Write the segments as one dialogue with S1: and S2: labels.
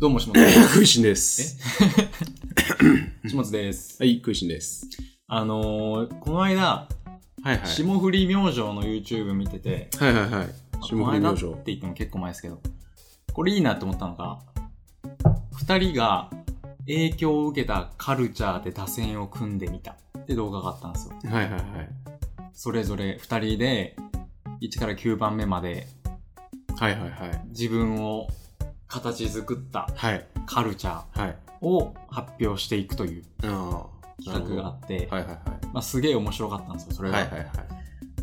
S1: どうも、しまつ
S2: 食いしんです。
S1: しまつです。
S2: はい、食いしんです。
S1: あのー、この間、
S2: はいはい。
S1: 霜降り明星の YouTube 見てて、
S2: はいはいはい。霜降り明星
S1: この間って言っても結構前ですけど、これいいなって思ったのが、二人が影響を受けたカルチャーで打線を組んでみたって動画があったんですよ。
S2: はいはいはい。
S1: それぞれ二人で、1から9番目まで
S2: はいはいはい。
S1: 自分を形作った
S2: はい。
S1: カルチャ
S2: はい。
S1: ーを発表していくという
S2: ああ。
S1: 企画があって、
S2: はいはいは
S1: まあ、すげえ面白かったんですよ、それ
S2: い。
S1: が。
S2: はいはいはい。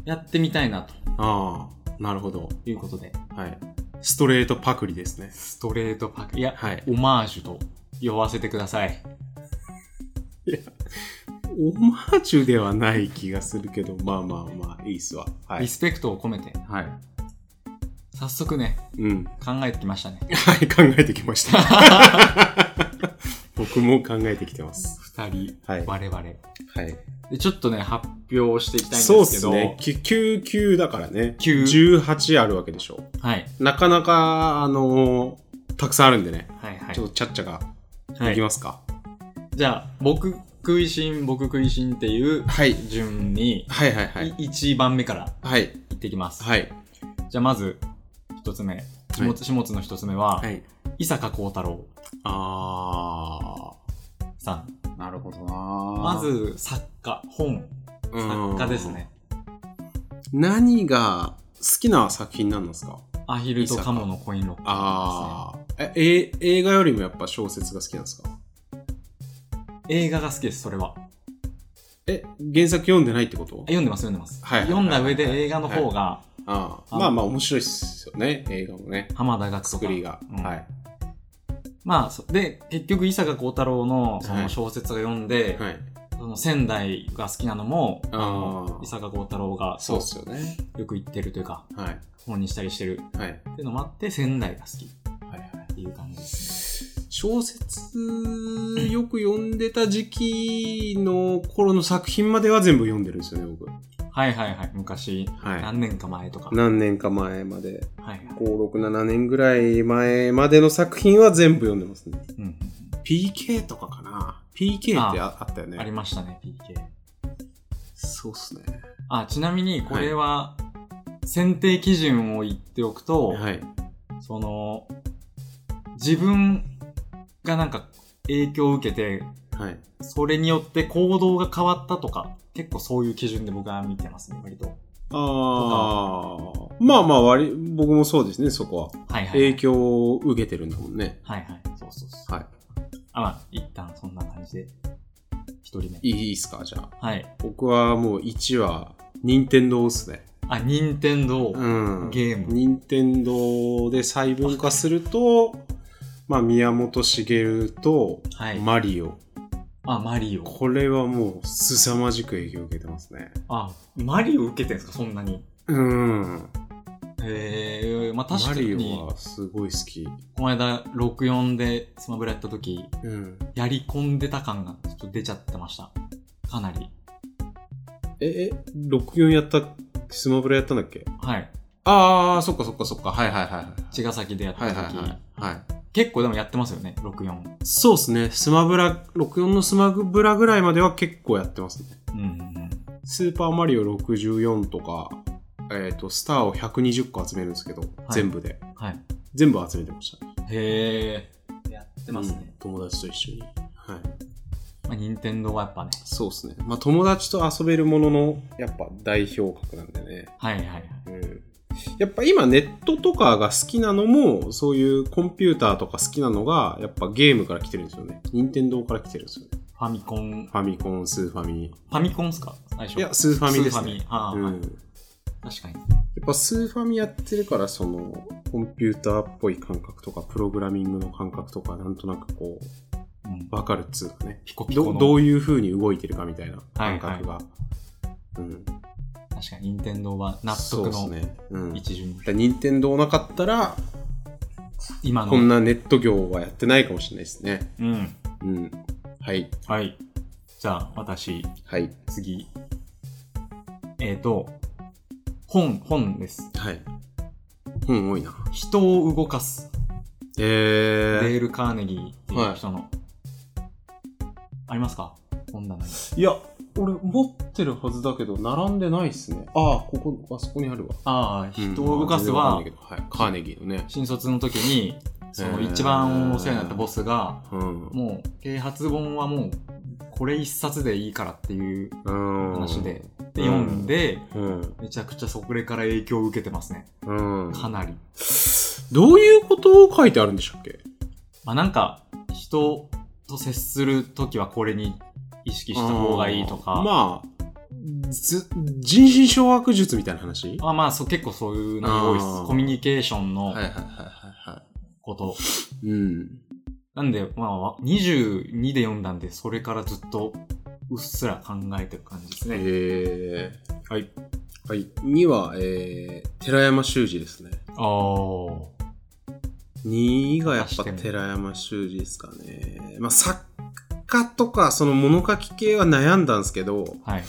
S1: やってみたいなと
S2: ああ、なるほど。
S1: いうことで、
S2: はい。ストレートパクリですね。
S1: ストレートパク、いや、
S2: はい。
S1: オマージュと呼ばせてください。
S2: オマージュではない気がするけど、まあまあまあ、いいっすわ。は
S1: リ
S2: い。
S1: スペクトを込めて、
S2: はい。
S1: 早速ね、
S2: うん。
S1: 考えてきましたね。
S2: はい、考えてきま した。僕も考えてきてます。
S1: 二人、
S2: はい
S1: 我々。
S2: はい。
S1: で、ちょっとね、発表していきたいん
S2: そう
S1: で
S2: です
S1: け
S2: す
S1: ど、
S2: ね。9、9だからね。
S1: 九
S2: 18あるわけでしょ。
S1: はい、
S2: なかなか、あのーたくさんあるんでね。
S1: はい、はい
S2: ちょっとちゃっちゃが
S1: は
S2: でき
S1: い。
S2: ますか。
S1: じゃあ、僕食いしん、僕食いしんっていう
S2: はい。
S1: 順に、
S2: はいはいはい。
S1: 1番目から
S2: はい。
S1: いってきます。
S2: はい。
S1: じゃあ、まず、一つ目。下
S2: はい
S1: 津下津の一つ目は、
S2: はい。
S1: 伊坂幸太郎
S2: あ
S1: さん。
S2: ー。なるほどな
S1: ま、ず、作家、本、作家です。ね。
S2: 何が好きな作品なんですか
S1: アヒルとカモのコインロック、
S2: あー。え、え映画よりもやっぱ小説が好きなんですか
S1: 映画が好きです、それは。
S2: え、原作読んでないってこと
S1: 読んでます、読んでます。
S2: はいはい
S1: 読んだ上で映画の方が、
S2: あーまあまあ面白いっすよね。映画もね。
S1: 浜田学と
S2: 作
S1: か。
S2: りが。
S1: うん
S2: はい。
S1: まあ、そで、結局、伊坂幸太郎のそ
S2: は
S1: の
S2: い
S1: 小説を読んで、
S2: はい。
S1: その仙台が好きなのも、
S2: あー
S1: の伊坂幸太郎が
S2: そうっすよね。
S1: よく言ってるというか、
S2: はい。
S1: 本にしたりしてる
S2: はい。はい
S1: っていうのもあって、仙台が好きっ
S2: はい。
S1: ていう感じです。
S2: 小説よく読んでた時期の頃の作品までは全部読んでるんですよね、僕。
S1: はいはいはい、昔、
S2: は
S1: 何年か前とか。
S2: い。何年か前まで、
S1: はいはい。
S2: 5、6、7年ぐらい前までの作品は全部読んでますね。
S1: うんうんう
S2: PK とかかな ?PK ってああったよ
S1: んあり
S2: ね。
S1: ましたね、PK。
S2: そうっすね。
S1: あ、ちなみにこれは、選定基準を言っておくと、
S2: はい。
S1: その、自分がなんか影響を受けて、
S2: はい。
S1: それによって行動が変わったとか、結構そういう基準で僕は見てますね、割と。
S2: ああ。まあまあ割り、僕もそうですね、そこは。
S1: はいはい。
S2: 影響を受けてるんだもんね。
S1: はいはい。そうそうそう。
S2: は
S1: あ、まあ、一旦そんな感じで。一人目。
S2: い。いいっすか、じゃあ。
S1: はい。
S2: 僕はもう1は、任天堂っすね。
S1: あ、任天堂。
S2: うん、
S1: ゲーム
S2: 任天堂で細分化すると、まあ、宮本茂と
S1: はい。
S2: マリオ、
S1: あ、マリオ。
S2: これはもう凄まじく影響を受けてますね
S1: あ、マリオ受けてんすか、そんなに。
S2: うん
S1: へえ、まあ確
S2: マ
S1: か
S2: リ
S1: に
S2: オ、はすごい好き、
S1: この間、64でスマブラやった時、
S2: うん、
S1: やり込んでた感がちょっと出ちゃってました。かなり。
S2: ええ64やったスマブラやったんだっけ
S1: はい。
S2: ああそっかそっかそっかはいはいはいはい
S1: 茅ヶ崎でやった
S2: はい
S1: 時、
S2: はいはいはい
S1: 結構でもやってますよね、64。
S2: そうですねスマブラ64のスマブラぐらいまでは結構やってますね
S1: うんうんうん。
S2: スーパーマリオ64とか、えっ、と、スターを120個集めるんですけど、全部で。
S1: はい。
S2: 全部集めてました。
S1: へえ。やってます
S2: うん
S1: ね。
S2: 友達と一緒に。はい。
S1: まあ、任天堂はやっぱね。
S2: そうですね。まあ、友達と遊べるものの、やっぱ代表格なんでね。
S1: はいはいはい。
S2: うん。やっぱ今ネットとかが好きなのも、そういうコンピューターとか好きなのが、やっぱゲームから来てるんですよね。任天堂から来てるんですよね。
S1: ファミコン、フ
S2: ファミコン、スーファミ。
S1: ァミコンっすか最初。
S2: いや、スーファミです
S1: スーファ
S2: ね
S1: ミ。ああ
S2: うん。
S1: 確かに。
S2: やっぱスーファミやってるから、その、コンピューターっぽい感覚とか、プログラミングの感覚とか、なんとなくこう、
S1: うん、
S2: わかるっつうかね。
S1: ピコピコ
S2: ど
S1: の。
S2: どういう風に動いてるかみたいな感覚が。うん。
S1: 確かに、任天堂は納得
S2: そうっす
S1: の
S2: ね。うん。だか
S1: 一順。
S2: ら任天堂なかったら、
S1: 今の。
S2: こんなネット業はやってないかもしれないですね。
S1: うん。
S2: うん。はい。
S1: はい。じゃあ、私、
S2: はい。
S1: 次。えっ、ー、と、本、本です。
S2: はい。本多いな。
S1: 人を動かす。
S2: ええ
S1: デ
S2: ー、
S1: ール・カーネギーっていう人の、ありますか本棚に
S2: いや、俺持ってるはずだけど、並んでないっすね。ああ、ここ、あそこにあるわ。
S1: ああ人を動かすは、
S2: うんまあ全然わかんないけどはい、カーネギーのね。
S1: 新卒の時にその
S2: へー
S1: 一番お世話になったボスが
S2: うん。
S1: もう啓発本はもうこれ一冊でいいからっていう
S2: うん。
S1: 話で,、で読んで
S2: うん。
S1: めちゃくちゃそれから影響を受けてますね
S2: うん。
S1: かなり、
S2: どういうことを書いてあるんでしたっけ
S1: まあ、なんか人と接する時はこれに意識した方がいいとか
S2: うんまあ、ず人心掌握術みたいな話
S1: あまあそう結構そういうのが多いです
S2: あー
S1: コミュニケーションの
S2: いはいは
S1: こと、
S2: い。うん。
S1: なんでまあ22で読んだんでそれからずっとうっすら考えてる感じですね、
S2: え
S1: はい
S2: ー、はい。2は、えー、寺山修司ですね。
S1: ああ
S2: 2がやっぱ寺山修司ですかね。まあ、作家とか、その物書き系は悩んだんですけど、
S1: はい。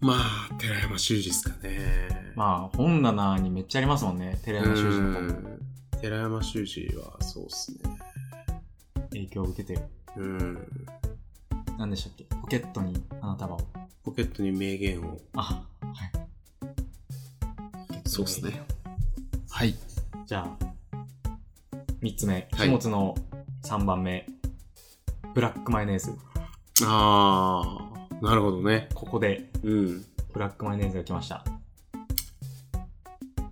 S2: まあ、寺山修司ですかね。
S1: まあ、本棚にめっちゃありますもんね。テレ
S2: う
S1: の修士の本
S2: ん寺山修司はそうっすね。
S1: 影響を受けてる。
S2: うん。
S1: 何でしたっけポケットに花束を。
S2: ポケットに名言を。
S1: あ、はい。
S2: そうっすね。はい。
S1: じゃあ、三つ目。
S2: は
S1: 書
S2: い
S1: 物の三番目。ブラックマヨネーズ。
S2: あー、なるほどね。
S1: ここで、
S2: うん。
S1: ブラックマヨネーズが来ました。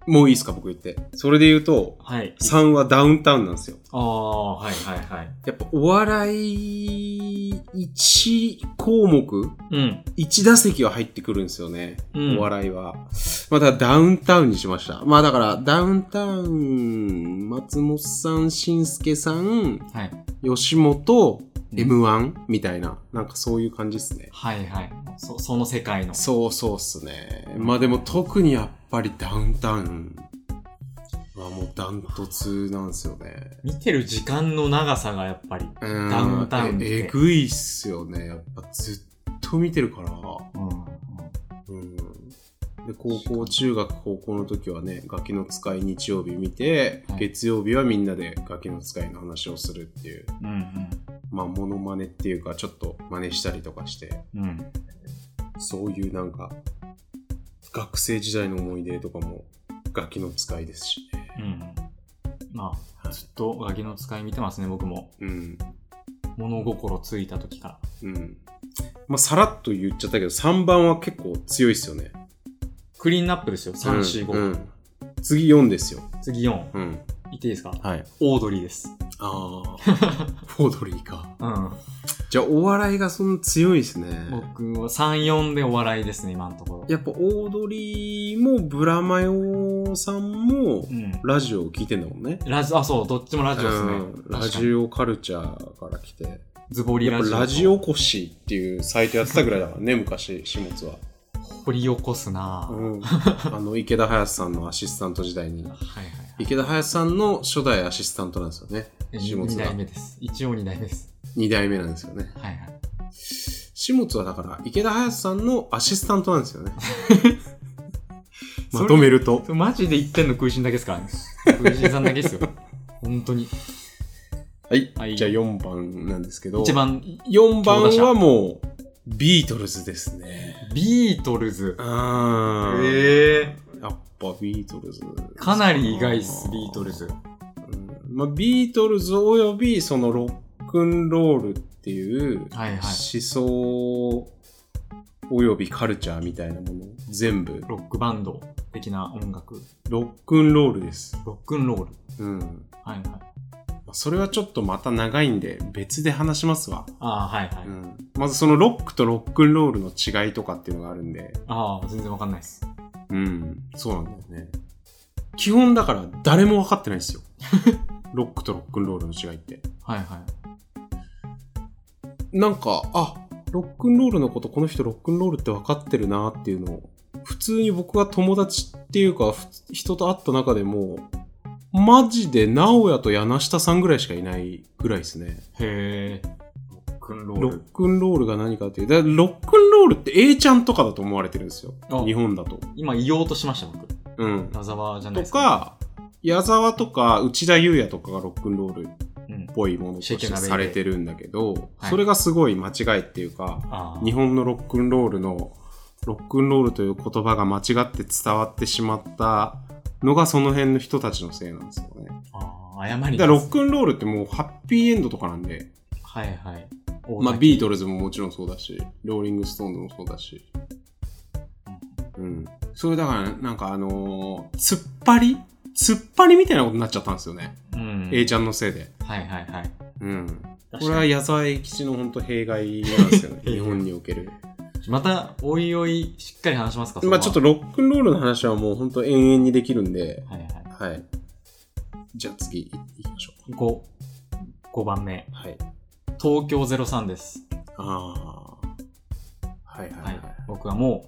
S2: もういいっすか、僕言って。それで言うと、
S1: はい。
S2: 3はダウンタウンなんですよ。
S1: ああ、はいはいはい。
S2: やっぱお笑い1項目
S1: うん。
S2: 1打席は入ってくるんですよね。
S1: うん
S2: お笑いは。まあだからダウンタウンにしました。まあだからダウンタウン、松本さん、新助さん、
S1: はい。
S2: 吉本、
S1: うん
S2: M1 みたいな、なんかそういう感じですね。
S1: はいはい。そその世界の。
S2: そうそうっすね。まあでも特にやっぱりダウンタウンはもうダントツなんですよね。
S1: 見てる時間の長さがやっぱり。
S2: ダ
S1: ウンタウンって
S2: ええぐいっすよね。やっぱずっと見てるから。
S1: うん。
S2: うん。で、高校、中学、高校の時はね、ガキの使い日曜日見て、
S1: はい
S2: 月曜日はみんなでガキの使いの話をするっていう、
S1: うんうん。
S2: まあ、モノマネっていうか、ちょっと真似したりとかして、
S1: うん。うん
S2: そういうなんか、学生時代の思い出とかも、ガキの使いですしね。
S1: うん。まあ、ずっとガキの使い見てますね、僕も。
S2: うん。
S1: 物心ついた時から。
S2: うん。まあ、さらっと言っちゃったけど、3番は結構強いっすよね。
S1: クリーンナップですよ、3、4、5。
S2: うん次4ですよ。
S1: 次4。
S2: うん。
S1: いっていいですか
S2: はい。
S1: オードリーです。
S2: ああ。フォードリーか。
S1: うん。
S2: じゃあ、お笑いがそんな強いですね。
S1: 僕は3、4でお笑いですね、今のところ。
S2: やっぱ、オードリーも、ブラマヨさんも
S1: う、ん。
S2: ラジオを聞いてんだもんね。
S1: ラジオ、あ、そう、どっちもラジオですね
S2: うん。ラ
S1: 確かに
S2: ジオカルチャーから来て。
S1: ズボリ
S2: や
S1: ラ
S2: っ
S1: ジオ。
S2: ぱ、ラジオコシっていうサイトやってたぐらいだからね、昔、始末は。
S1: 掘り起こすなぁ、
S2: うん。あの、池田隼さんのアシスタント時代に。
S1: はいはい
S2: 池田隼さんの初代アシスタントなんですよね。
S1: はい。
S2: 始末
S1: 2代
S2: が。
S1: 目です。一応2代目です。
S2: 2代目なんですよね。
S1: はいはい。
S2: 始末はだから、池田隼さんのアシスタントなんですよね。 ま
S1: そ
S2: と
S1: れ
S2: めると。
S1: それマジで言ってんの食いしんだけですからね。食いしんさんだけですよ。本当に。
S2: はい。
S1: はい
S2: じゃあ4番なんですけど。
S1: 一。番、
S2: 4番はもう、ビートルズですね。
S1: ビートルズ。
S2: あー。
S1: ええ
S2: やっぱビートルズ。
S1: かなり意外っす、ビートルズ。。
S2: うん、まあ、ビートルズおよびそのロックンロールっていう思
S1: はいはい
S2: 想およびカルチャーみたいなもの全部
S1: ロックバンド的な音楽。
S2: ロックンロールです。
S1: ロックンロール。
S2: うん。
S1: はいはい。
S2: まあそれはちょっとまた長いんで別で話しますわ。
S1: ああ、はいはい。
S2: うん。まずそのロックとロックンロールの違いとかっていうのがあるんで。
S1: ああ、全然わかんないっす。
S2: うん。そうなんだよね。基本だから誰も分かってない んですよ。ロックとロックンロールの違いって。
S1: はいはい。
S2: なんか、あ、ロックンロールのこと、この人ロックンロールって分かってるなっていうのを、普通に僕が友達っていうか、ふつ人と会った中でも、マジで直哉と柳下さんぐらいしかいないぐらいですね。
S1: へえ。ロックンロー
S2: ロ
S1: ル
S2: ッ。クンロールが何かっていう。だからロックンロールって A ちゃんとかだと思われてるんですよ
S1: あ。
S2: 日本だと。
S1: 今言おうとしました、僕。
S2: うん。
S1: 矢沢じゃない
S2: と
S1: です。
S2: か、矢沢とか内田優也とかがロックンロールっ
S1: うん。
S2: ぽいものと
S1: シェイ
S2: し
S1: ケ
S2: て
S1: ナベイベイ
S2: されてるんだけど、
S1: はい
S2: それがすごい間違いっていうか、
S1: ああ。
S2: 日本のロックンロールのロックンロールという言葉が間違って伝わってしまったのがその辺の人たちのせいなんですよね。
S1: ああ、謝り
S2: だ
S1: で
S2: か
S1: す
S2: らロックンロールってもうハッピーエンドとかなんで、
S1: はいはい。
S2: まあ、ビートルズももちろんそうだし、ローリング・ストーンズもそうだし。うん。それだから、なんかあのー突っ張り突っ張りみたいなことになっちゃったんですよね。
S1: うん。
S2: A ちゃんのせいで。
S1: はいはいはい。
S2: うん。こ
S1: こ
S2: れは矢沢永吉の本当弊害なんですよ ね。
S1: 弊害
S2: 日本における。
S1: また、おいおい、しっかり話しますか
S2: まあちょっと。ロックンロールの話はもう本当延々にできるん
S1: そ、
S2: で
S1: こははいは
S2: はい。じゃあ次いいきましょ
S1: い。5、5番目。
S2: う。はい。
S1: 東京03です。
S2: ああー。はいは
S1: はいい
S2: はい。。
S1: 僕はも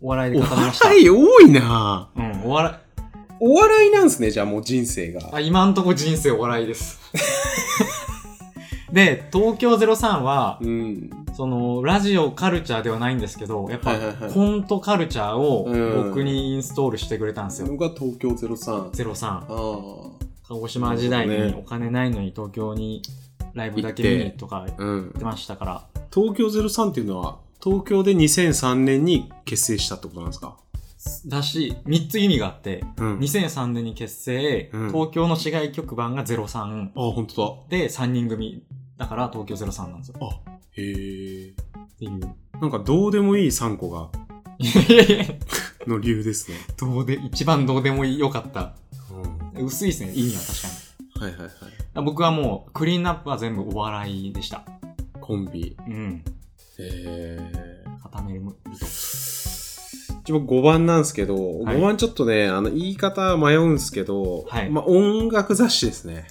S1: う、お笑いで
S2: お
S1: 語りました。
S2: 笑い多いな
S1: うん、お笑
S2: お笑いなんですね、じゃあもう人生が。
S1: い。あ、今んとこ人生お笑いです。で、東京03は、
S2: うん。
S1: その、ラジオカルチャーではないんですけど、やっぱ
S2: はいはいはい、
S1: コントカルチャーを
S2: うん
S1: 僕にインストールしてくれたんです
S2: そ
S1: よ。
S2: れが東京03。
S1: 03。
S2: ああ。
S1: 鹿児島時代
S2: なるほ
S1: に
S2: どね
S1: お金ないのに東京にライブだけ見
S2: 行っ
S1: に
S2: て
S1: とか言っ
S2: うん
S1: て。ましたから、
S2: 東京03っていうのは、東京で2003年に結成したってことなんですか
S1: だし、3つ意味があって、
S2: うんあ、
S1: 2003年に結成、
S2: うん
S1: 東京の市外局番が03
S2: 本当
S1: で3人組、だから東京03なんですよ。
S2: だ。あ、へえ。
S1: っていう。
S2: なんかどうでもいい3個が、
S1: いやいやいや
S2: の理由ですね。
S1: どうで、一番どうでもよかった。
S2: うん。
S1: 薄いですね、意味は確かに。
S2: はいはいはい。
S1: 僕はもう、クリーンナップは全部お笑いでした。
S2: コンビ。
S1: うん。
S2: え
S1: 固めると。
S2: 一応5番なんですけど、
S1: はい
S2: 5番ちょっとね、あの、言い方迷うんですけど、
S1: はい
S2: まあ、音楽雑誌ですね。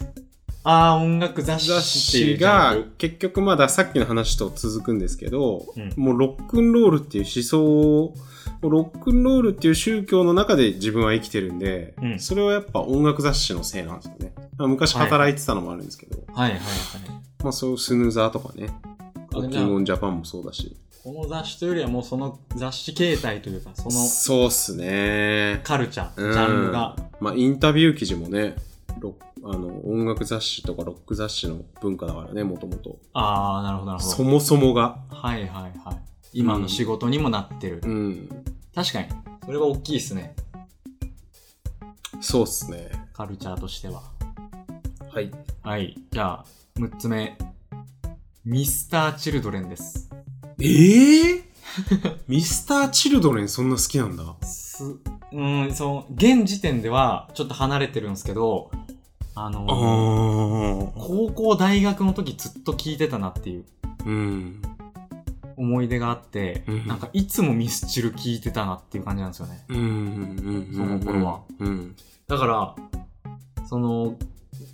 S1: あー、音楽雑誌っ
S2: 雑
S1: てい
S2: 誌
S1: うジャ
S2: が
S1: ンル、
S2: 結局まださっきの話と続くんですけど、
S1: うん
S2: もうロックンロールっていう思想を、ロックンロールっていう宗教の中で自分は生きてるんで、
S1: うん
S2: それはやっぱ音楽雑誌のせいなんですよね。まあ昔働いてたのもあるんですけど、
S1: はいはいはい。
S2: まあそういうスヌーザーとかね、
S1: あ
S2: ロッキンオンジャパンもそうだし。
S1: この雑誌というよりはもうその雑誌形態というか、その
S2: そうっすね。
S1: カルチャ
S2: う
S1: ー、
S2: ん
S1: ジャンルが。。
S2: まあインタビュー記事もね、ロックあの音楽雑誌とかロック雑誌の文化だからね、もともと。
S1: あー、なるほどなる
S2: そ
S1: ほど。
S2: もそもが。
S1: はいはいはい。今の仕事にもなってる。
S2: うん。
S1: 確かに。それは大きいですね。
S2: そうっすね。
S1: カルチャーとしては。
S2: はい。
S1: はい。じゃあ、6つ目。ミスター・チルドレンです。
S2: ええ ミスター・チルドレンそんな好きなんだ。
S1: す、うーん、その、現時点ではちょっと離れてるんですけど、あの
S2: ああ。
S1: 高校、大学の時ずっと聞いてたなっていう
S2: うん。
S1: 思い出があって、
S2: うん
S1: なんかいつもミスチル聞いてたなっていう感じなんですよね。
S2: うん。うん。
S1: その頃は。
S2: うん。
S1: だから、その、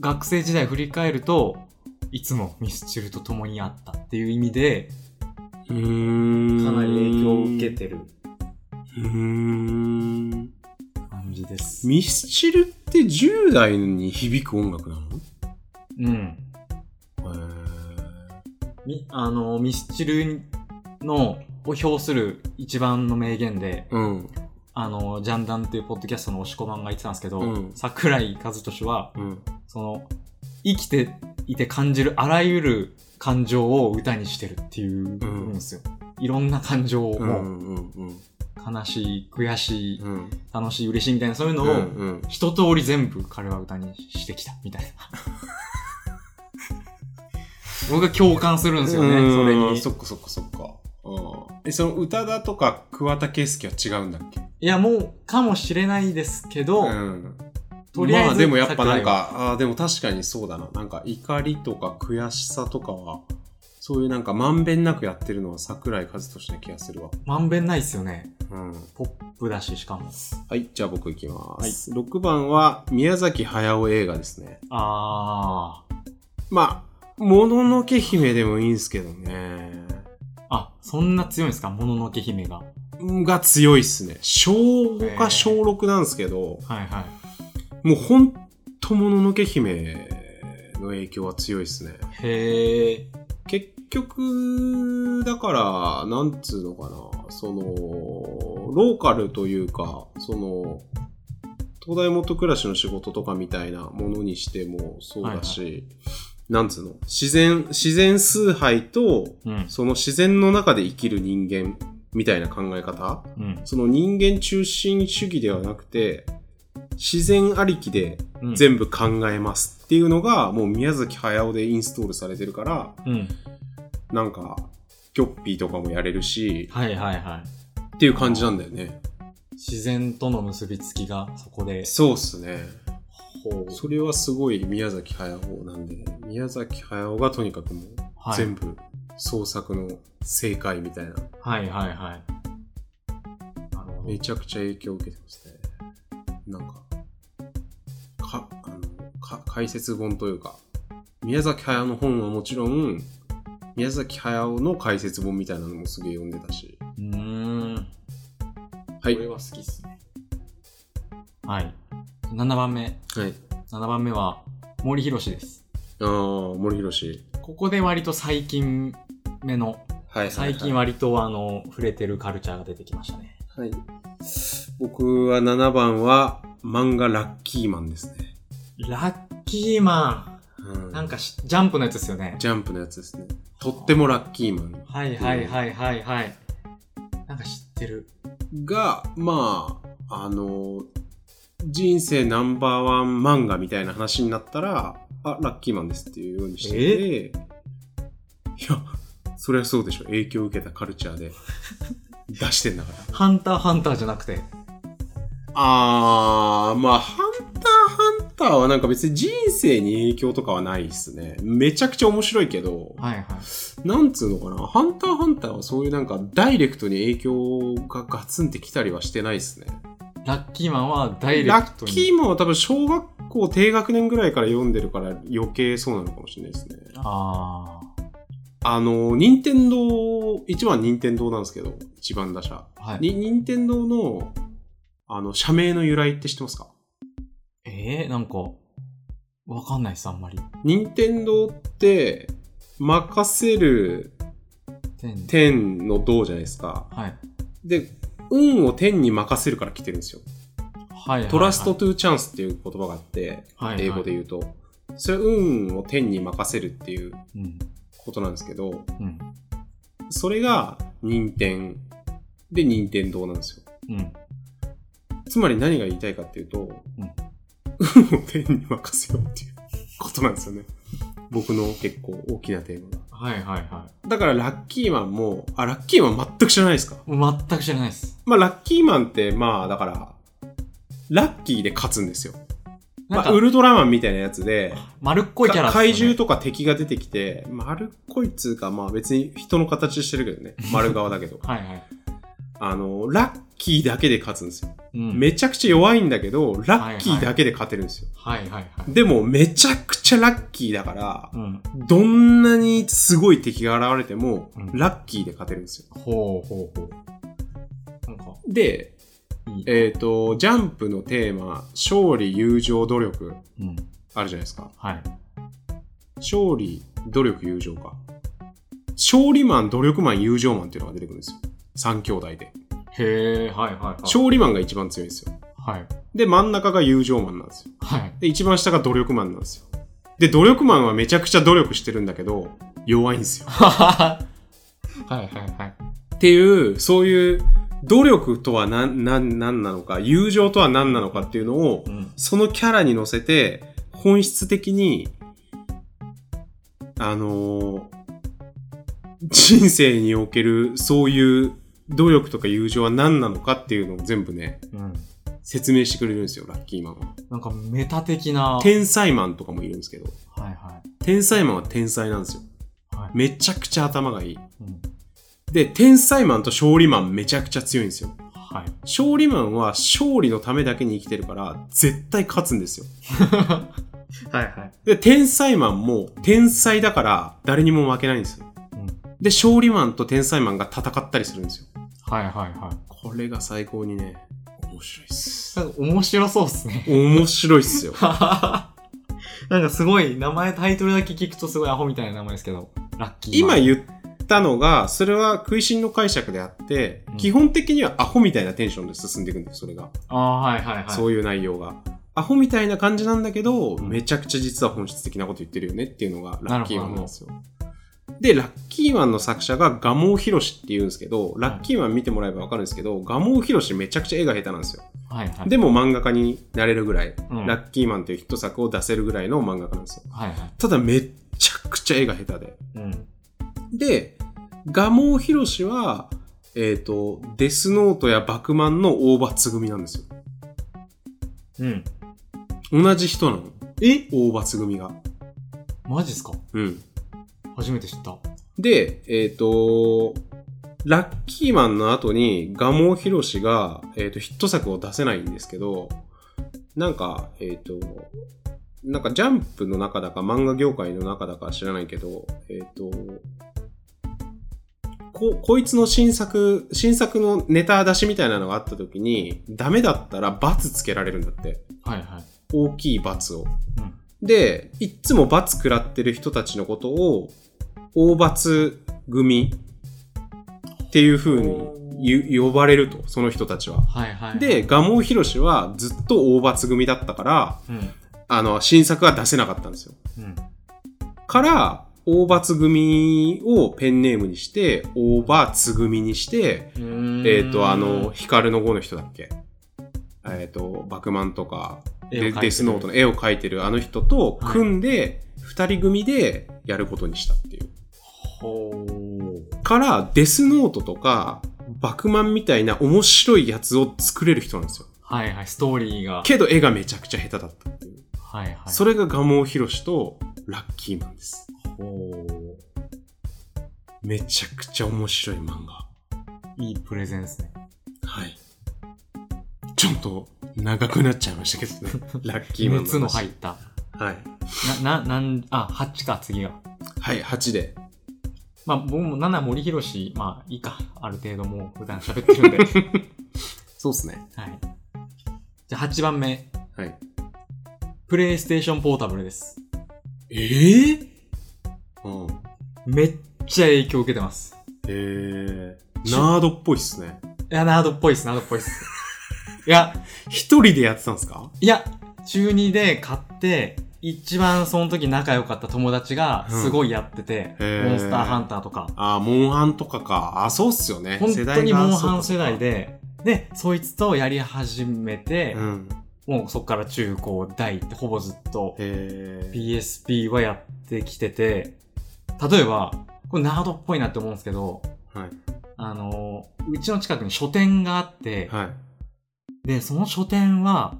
S1: 学生時代振り返ると、いつもミスチルと共にあったっていう意味で、
S2: うん。
S1: かなり影響を受け。てる
S2: うん。
S1: 感じです。
S2: ミスチルって10代に響く音楽なの
S1: うん。み、あの、ミスチルの、を表する一番の名言で、
S2: うん。
S1: あの、ジャンダンっていうポッドキャストの押し込まんが言ってたんですけど、
S2: うん
S1: 桜井和俊は、
S2: うん。
S1: その、生きていて感じるあらゆる感情を歌にしてるっていうん
S2: ん
S1: ですよ。いろんな感情を、
S2: うん。うん。
S1: 悲しい、悔しい、
S2: うん。
S1: 楽しい、嬉しいみたいな、そういうの
S2: う
S1: を、
S2: ん。
S1: 一通り全部彼は歌にしてきた、みたいな。 僕は共感するんですよね、それ
S2: うん
S1: に。
S2: そっかそっかそっか。うんえ、その歌だとか桑田佳祐は違うんだっけ
S1: いや、もう、かもしれないですけど、
S2: うん。
S1: とりあえず
S2: まあでもやっぱなんか、ああー、でも確かにそうだな。なんか怒りとか悔しさとかは、そういうなんかまんべんなくやってるのは桜井和俊な気がするわ。
S1: まんべんないっすよね。
S2: うん。
S1: ポップだし、しかも。
S2: はい、じゃあ僕いきます。6番は宮崎駿映画ですね。
S1: あ
S2: まあ、もののけ姫でもいいんですけどね。
S1: ー。あ、そんな強いんですかもののけ姫が。はい
S2: が強いっすね。小5か小6なんですけど、
S1: はい。
S2: もうほんともののけ姫の影響は強いっすね。
S1: へえ。
S2: 結局、だから、なんつうのかな、その、ローカルというか、その、東大元暮らしの仕事とかみたいなものにしてもそうだし、なんつうの、自然、自然崇拝と、
S1: うん。
S2: その自然の中で生きる人間みたいな考え方
S1: うん。
S2: その人間中心主義ではなくて、自然ありきで
S1: うん。
S2: 全部考えますっていうのが、もう宮崎駿でインストールされてるから、
S1: うん。
S2: なんか、キョッピーとかもやれるし、
S1: はいはいは
S2: っていう感じなんだよね。
S1: い。自然との結びつきがそこで。
S2: そうっすね。
S1: ほう
S2: それはすごい宮崎駿なんで、宮崎駿がとにかくもう
S1: はい、
S2: 全部創作の正解みたいな、
S1: はいはいはい。なるほど
S2: めちゃくちゃ影響を受けてますね。なんか、か、あの、か解説本というか、宮崎駿の本はもちろん、宮崎駿の解説本みたいなのもすげえ読んでたし、
S1: うーん。
S2: はい
S1: これは好きっすね。はい。7番目。
S2: はい。
S1: 7番目は森博です。
S2: あー、森博氏。
S1: ここで割と最近目の、
S2: はい
S1: 最近割とあの、触れてるカルチャーが出てきましたね。
S2: はい。僕は7番は漫画ラッキーマンですね。
S1: ラッキーマ
S2: う
S1: ン。なんかしジャンプのやつですよね。
S2: ジャンプのやつですね。とってもラッキーマン
S1: はいはいはいはいはい。なんか知ってる。
S2: が、まあ、あの、人生ナンバーワン漫画みたいな話になったら、あ、ラッキーマンですっていうようにしてて、いや、そりゃそうでしょ。影響を受けたカルチャーで出してんだから。
S1: ハンターハンターじゃなくて。
S2: あー、まあ、ハンターハンターはなんか別に人生に影響とかはないっすね。めちゃくちゃ面白いけど、
S1: はいはい。
S2: なんつうのかな、ハンターハンターはそういうなんかダイレクトに影響がガツンってきたりはしてないですね。
S1: ラッキーマンはダイレ
S2: ラ
S1: クト
S2: ッ
S1: に。
S2: キーマンは多分小学校低学年ぐらいから読んでるから余計そうなのかもしれないですね。
S1: あ
S2: あの、任天堂、一番任天堂なんですけど、一番打者。
S1: あ。はい。
S2: に、任天堂の、あの、社名の由来って知ってますか
S1: えー、なんか、わかんないです、あんまり。
S2: 任天堂って、任せる
S1: てん
S2: 天の道じゃないですか。
S1: はい。
S2: で、運を天に任せるから来てるんですよ。
S1: はいはい、はい。
S2: トラスト・トゥ・チャンスっていう言葉があって、
S1: はいはい
S2: 英語で言うと、それは運を天に任せるっていう
S1: うん。
S2: ことなんですけど、
S1: うん。
S2: それが任天で任天堂なんですよ。
S1: うん。
S2: つまり何が言いたいかっていうと、
S1: うん
S2: 運を天に任せようっていうことなんですよね。僕の結構大きなテーマが。
S1: はいはいは
S2: だからラッキーマンも、あ、ラッキーマン全く知らないですか
S1: い。全く知らないです。
S2: まあラッキーマンって、まあだから、ラッキーで勝つんですよ。
S1: なん
S2: ま
S1: か、
S2: あウルトラマンみたいなやつで、
S1: 丸っこいキャラっ
S2: か
S1: すよね。
S2: 怪獣とか敵が出てきて、丸っこいっつうか、まあ別に人の形してるけどね。丸側だけど
S1: はいはい。
S2: あの、ラッキーだけで勝つんですよ。
S1: うん。
S2: めちゃくちゃ弱いんだけど、ラッキーだけで勝てるんですよ。
S1: はいはいはい。
S2: でも、めちゃくちゃラッキーだから
S1: う、ん。
S2: どんなにすごい敵が現れても
S1: うん、
S2: ラッキーで勝てるんですよ。
S1: ほうほうほう。なんか、
S2: で、
S1: いい。
S2: えっ、と、ジャンプのテーマ、勝利、友情、努力、
S1: うん。
S2: あるじゃないですか。
S1: はい。
S2: 勝利、努力、友情か。勝利マン、努力マン、友情マンっていうのが出てくるんですよ。三兄弟で。
S1: へえ、はいはいはい。
S2: 勝利マンが一番強いんですよ。
S1: はい。
S2: で、真ん中が友情マンなんですよ。
S1: はい。
S2: で、一番下が努力マンなんですよ。で、努力マンはめちゃくちゃ努力してるんだけど、弱いんですよ。
S1: はいはいはい。
S2: っていう、そういう、努力とは何、何、何なのか、友情とは何なのかっていうのを
S1: う、ん。
S2: そのキャラに乗せて、本質的に、あのー人生における、そういう努力とか友情は何なのかっていうのを全部ね、
S1: うん。
S2: 説明してくれるんですよ、ラッキーマンは。
S1: なんか、メタ的な。はい
S2: 天才マンとかもいるんですけど、
S1: は
S2: 天才マンは天才なんですよ。
S1: い。はい。
S2: めちゃくちゃ頭がいい。
S1: うん。
S2: で、天才マンと勝利マンめちゃくちゃ強いんですよ。
S1: はい。
S2: 勝利マンは勝利のためだけに生きてるから、絶対勝つんですよ。
S1: はいはい。
S2: で、天才マンも天才だから誰にも負けないんですよ。
S1: うん。
S2: で、勝利マンと天才マンが戦ったりするんですよ。
S1: はいはいはい。
S2: これが最高にね、面白いっす。
S1: なんか面白そうっす ね。
S2: 面白いっ すよ。
S1: なんかすごい、名前、タイトルだけ聞くとすごいアホみたいな名前ですけど、ラッキーマン。
S2: 今言っったのが、それは食いしんの解釈であって、
S1: うん
S2: 基本的にはアホみたいなテンションで進んでいくんです、それが。
S1: ああ、はいはいはい。
S2: そういう内容が。アホみたいな感じなんだけど、
S1: ん
S2: めちゃくちゃ実は本質的なこと言ってるよねっていうのがラッキーマンなんですよ。で、ラッキーマンの作者が蒲生博士っていうんですけど、ラッキーマン見てもらえばわかるんですけど、蒲生博士めちゃくちゃ絵が下手なんですよ。
S1: はいはい。
S2: でも漫画家になれるぐらい、
S1: うん、
S2: ラッキーマンというヒット作を出せるぐらいの漫画家なんですよ。
S1: はいはい。
S2: ただめっちゃくちゃ絵が下手で。
S1: うん。
S2: で、蒲生博士は、えっ、と、デスノートやバクマンの大場つ組なんですよ。
S1: うん。
S2: 同じ人なの。え大場つ組が。
S1: マジっすか
S2: うん。
S1: 初めて知った。
S2: で、えっ、と、ラッキーマンの後に蒲生博士が、えー、とヒット作を出せないんですけど、なんか、えっ、と、なんかジャンプの中だか漫画業界の中だか知らないけど、えっ、と、こ、こいつの新作、新作のネタ出しみたいなのがあった時に、ダメだったら罰つけられるんだって。
S1: はいはい。
S2: 大きい罰を。
S1: うん。
S2: で、いっつも罰食らってる人たちのことを、大罰組っていう風にゆ呼ばれると、その人たちは。
S1: はいはい。、
S2: で、蒲生博士はずっと大罰組だったから、
S1: うん。
S2: あの、新作は出せなかったんですよ。
S1: うん。
S2: から、大罰組をペンネームにして、大罰組にして、
S1: うーん
S2: えっ、と、あの、、ヒカルの碁の人だっけえっ、と、バクマンとか、
S1: 絵を描い
S2: で
S1: てる
S2: デスノートの絵を描いてるあの人と
S1: はい
S2: 組んで、二人組でやることにしたっていう。
S1: ほー。
S2: から、デスノートとか、バクマンみたいな面白いやつを作れる人なんですよ。
S1: はいはい。ストーリーが。
S2: けど絵がめちゃくちゃ下手だったっていう。
S1: はいはい。
S2: それがガモヒロシとラッキーマンです。
S1: ほー。
S2: めちゃくちゃ面白い漫画。
S1: いいプレゼンですね。
S2: はい。ちょっと長くなっちゃいましたけどね。 ラッキーマン
S1: 熱の
S2: 話
S1: 入った。
S2: はい。
S1: な、な、なん、あ、8か、次が。
S2: はい、8で。
S1: まあ、僕も7森博士、まあ、いいか。ある程度もう普段喋って るんで。は
S2: そうっすね。
S1: い。じゃあ、8番目。
S2: はい。
S1: プレイステーションポータブルです。
S2: ええうん。
S1: めっちゃ影響受けてます。
S2: えー、ナードっぽいっすね。
S1: いや、ナードっぽいっす、ナードっぽいっす。いや、
S2: 一人でやってたんですか
S1: いや、中2で買って、一番その時仲良かった友達が
S2: うん
S1: すごいやってて、
S2: へー
S1: モンスターハンターとか、
S2: ああ、モンハンとかか。あそうっすよね。
S1: 本当に
S2: が
S1: モンハン世代。で、で、そいつとやり始めて
S2: そう、かうん。
S1: もうそっから中高大ってほぼずっと
S2: えー、
S1: PSP はやってきてて、例えば、これナードっぽいなって思うんですけど、
S2: はい。
S1: あの、うちの近くに書店があって、
S2: はい。
S1: で、その書店は、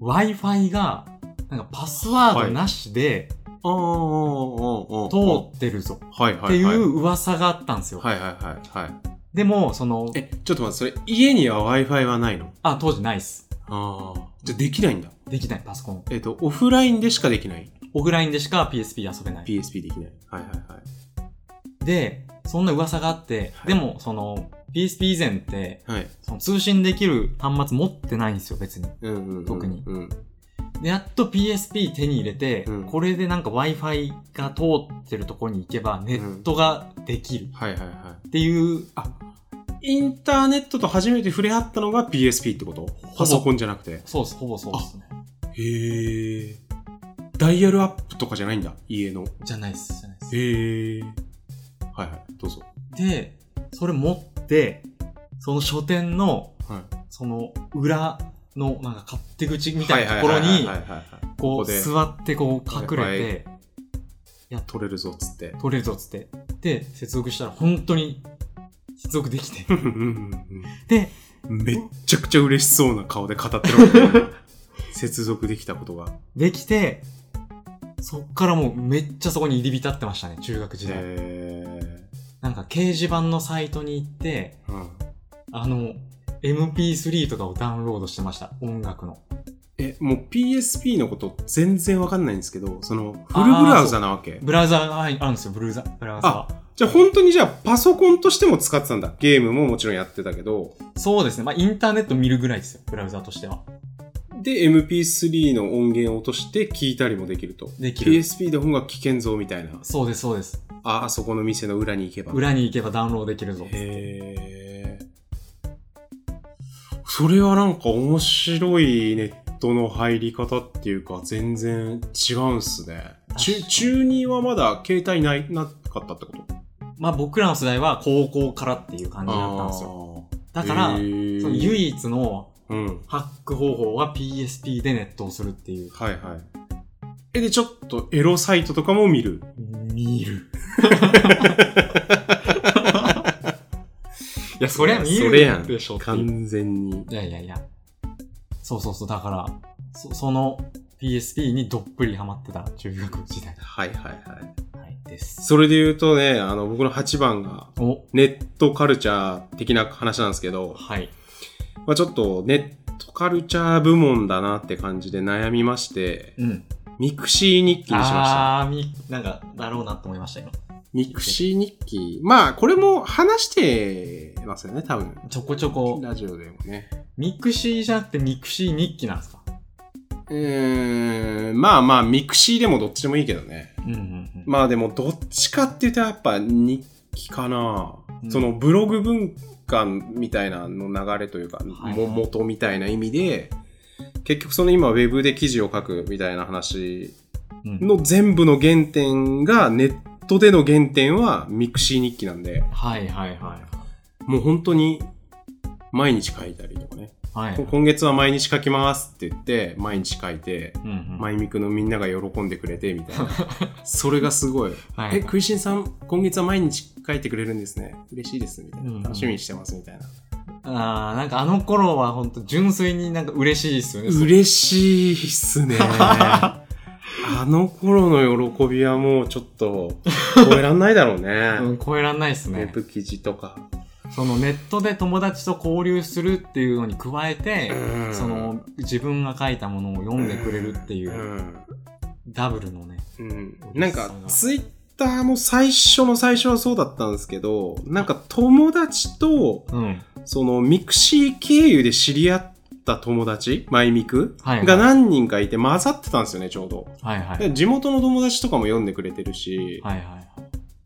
S1: Wi-Fi が、なんかパスワードなしで
S2: ああ、ああ、ああ。
S1: 通ってるぞ
S2: はいはい
S1: っ
S2: は
S1: て
S2: い。
S1: いう噂があったんですよ。
S2: はいはいはいはい。
S1: でも、その、
S2: え、ちょっと待って、それ、家には Wi-Fi はないの
S1: あ、当時ないっす。
S2: ああ。じゃあできないんだ。
S1: できない、パソコン。
S2: えっ、と、オフラインでしかできない。
S1: オフラインでしか PSP 遊べない。
S2: PSP できない。はいはいはい。
S1: で、そんな噂があって、
S2: はい
S1: でも、その、PSP 以前って、
S2: はい。
S1: その通信できる端末持ってないんですよ、別に。
S2: うんうん、うん。
S1: 特に
S2: うん。
S1: で、やっと PSP 手に入れて、
S2: うん
S1: これでなんか Wi-Fi が通ってるとこに行けば、ネットができる
S2: はいはいはい。
S1: っていう、
S2: あインターネットと初めて触れ合ったのが PSP ってことパソコンじゃなくて。
S1: そうっす、ほぼそうですね。
S2: へえ。ダイヤルアップとかじゃないんだ、家の。
S1: じゃないっす、じゃないっす。
S2: へえ。はいはい、どうぞ。
S1: で、それ持って、その書店の、
S2: はい
S1: その裏の、なんか勝手口みたいなところ
S2: はい
S1: に
S2: はい、はいはいはいはい
S1: こ
S2: こ
S1: う、
S2: で
S1: 座ってこう隠れて、
S2: 取れるぞっつって。
S1: 取れるぞっつって。で、接続したら本当に、接続できて。で、
S2: めっちゃくちゃ嬉しそうな顔で語ってるわ け接続できたことが。
S1: できて、そっからもうめっちゃそこに入り浸ってましたね、中学時代。
S2: へ
S1: なんか掲示板のサイトに行って、
S2: え。うん
S1: あの、MP3 とかをダウンロードしてました、音楽の。
S2: え、もう PSP のこと全然わかんないんですけど、その、フルブラウザなわけ
S1: ブラウザがはいあるんですよ、ブルーザ、ブラウザは。
S2: じゃあ本当にじゃあパソコンとしても使ってたんだ。ゲームももちろんやってたけど。
S1: そうですね。まあ、インターネット見るぐらいですよ、ブラウザとしては。
S2: で、MP3 の音源を落として聞いたりもできると。
S1: できる
S2: PSP で本が聞けんぞみたいな。
S1: そうです、そうです。
S2: あ、あそこの店の裏に行けば。
S1: 裏に行けばダウンロードできるぞ。
S2: へえ。それはなんか面白いネットの入り方っていうか、全然違うんすね。中、中2はまだ携帯ない、なかったってこと
S1: まあ僕らの世代は高校からっていう感じだったんですよ。
S2: よ。
S1: だから、
S2: へ
S1: そ
S2: ー
S1: の唯一の
S2: うん。
S1: ハック方法は PSP でネットをするっていう。
S2: はいはい。え、で、ちょっとエロサイトとかも見る。
S1: 見る。いや、そりゃ見
S2: それや
S1: る
S2: ん
S1: でしょっていう
S2: 完全に。
S1: いやいやいや。そうそうそう。だから、そその PSP にどっぷりハマってた中学時代、
S2: はいはいはい。
S1: はい、です。
S2: それで言うとね、あの、僕の8番が、
S1: お
S2: ネットカルチャー的な話なんですけど、
S1: はい。
S2: まあ、ちょっとネットカルチャー部門だなって感じで悩みまして、
S1: うん。
S2: ミクシー日記にしました。
S1: あーみ、なんか、だろうなと思いました、今。
S2: ミクシー日記。まあ、これも話してますよね、多分。
S1: ちょこちょこ、
S2: ラジオでもね。
S1: ミクシーじゃなくてミクシー日記なんですか
S2: うーん、まあまあ、ミクシーでもどっちでもいいけどね。
S1: うんうんうん。
S2: まあでも、どっちかって言うとやっぱ日記かな。
S1: うん
S2: そのブログ文化みたいなの流れというか、
S1: はい
S2: も元みたいな意味で、結局その今ウェブで記事を書くみたいな話
S1: うん
S2: の全部の原点がネットでの原点はミクシー日記なんで、
S1: はいはいは
S2: もう本当に毎日書いたりとかね。
S1: い。はい。
S2: こ今月は毎日書きますって言って、毎日書いて、
S1: うんうん。
S2: マイミクのみんなが喜んでくれてみ たいな。それがすごい。
S1: は
S2: え、
S1: い。
S2: 食いしんさん、今月は毎日書いてくれるんですね。嬉しいです、みたい
S1: うんうん
S2: な。楽しみにしてます、みたいな。
S1: あーなんかあの頃は本当純粋になんか嬉しいですよね。
S2: 嬉しいっす ね。あの頃の喜びはもうちょっと超えらんないだろう
S1: う
S2: ね。
S1: ん、超えらんないです
S2: ウ
S1: ね
S2: ェ。ブ記事とか。
S1: そのネットで友達と交流するっていうのに加えて、
S2: うん
S1: その自分が書いたものを読んでくれるっていう、
S2: うん
S1: ダブルのね。
S2: うんなんか、ツイッターも最初の最初はそうだったんですけど、なんか友達と、
S1: うん。
S2: そのミクシー経由で知り合った友達、マイミク
S1: はいはい
S2: が何人かいて混ざってたんですよね、ちょうど。
S1: はいはい。
S2: で地元の友達とかも読んでくれてるし、
S1: はいはい。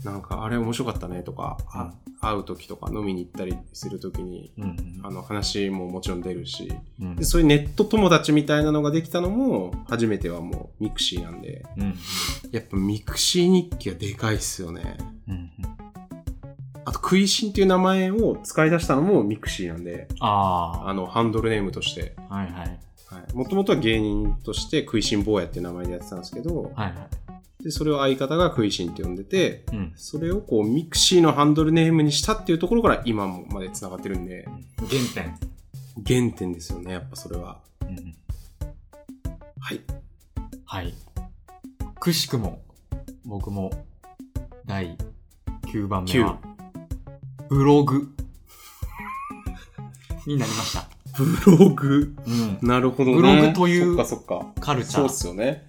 S2: なんかあれ面白かったねとか、あ会う時とか飲みに行ったりする時に、
S1: うんうん
S2: あの話ももちろん出るし、
S1: うん。
S2: でそういうネット友達みたいなのができたのも、初めてはもうミクシーなんで、
S1: うん。
S2: やっぱミクシー日記はでかいっすよね。
S1: うん。
S2: あと、食いしんっていう名前を使い出したのもミクシーなんで、
S1: あ
S2: あの、ハンドルネームとして。
S1: あ。はいはい。
S2: もともとは芸人として食いしん坊やっていう名前でやってたんですけど、
S1: はいは
S2: でそれを相方が食いしんって呼んでて、
S1: い。うん。
S2: それをこうミクシーのハンドルネームにしたっていうところから今まで繋がってるんで、
S1: 原点。
S2: 原点ですよね、やっぱそれは。
S1: うんうん。
S2: はい。
S1: はい。くしくも、僕も、第9番目は、ブログ。 になりました。
S2: ブログ。
S1: うん。
S2: なるほどね。
S1: ブログという
S2: そっかそっか。
S1: カルチャー。
S2: そうっすよね。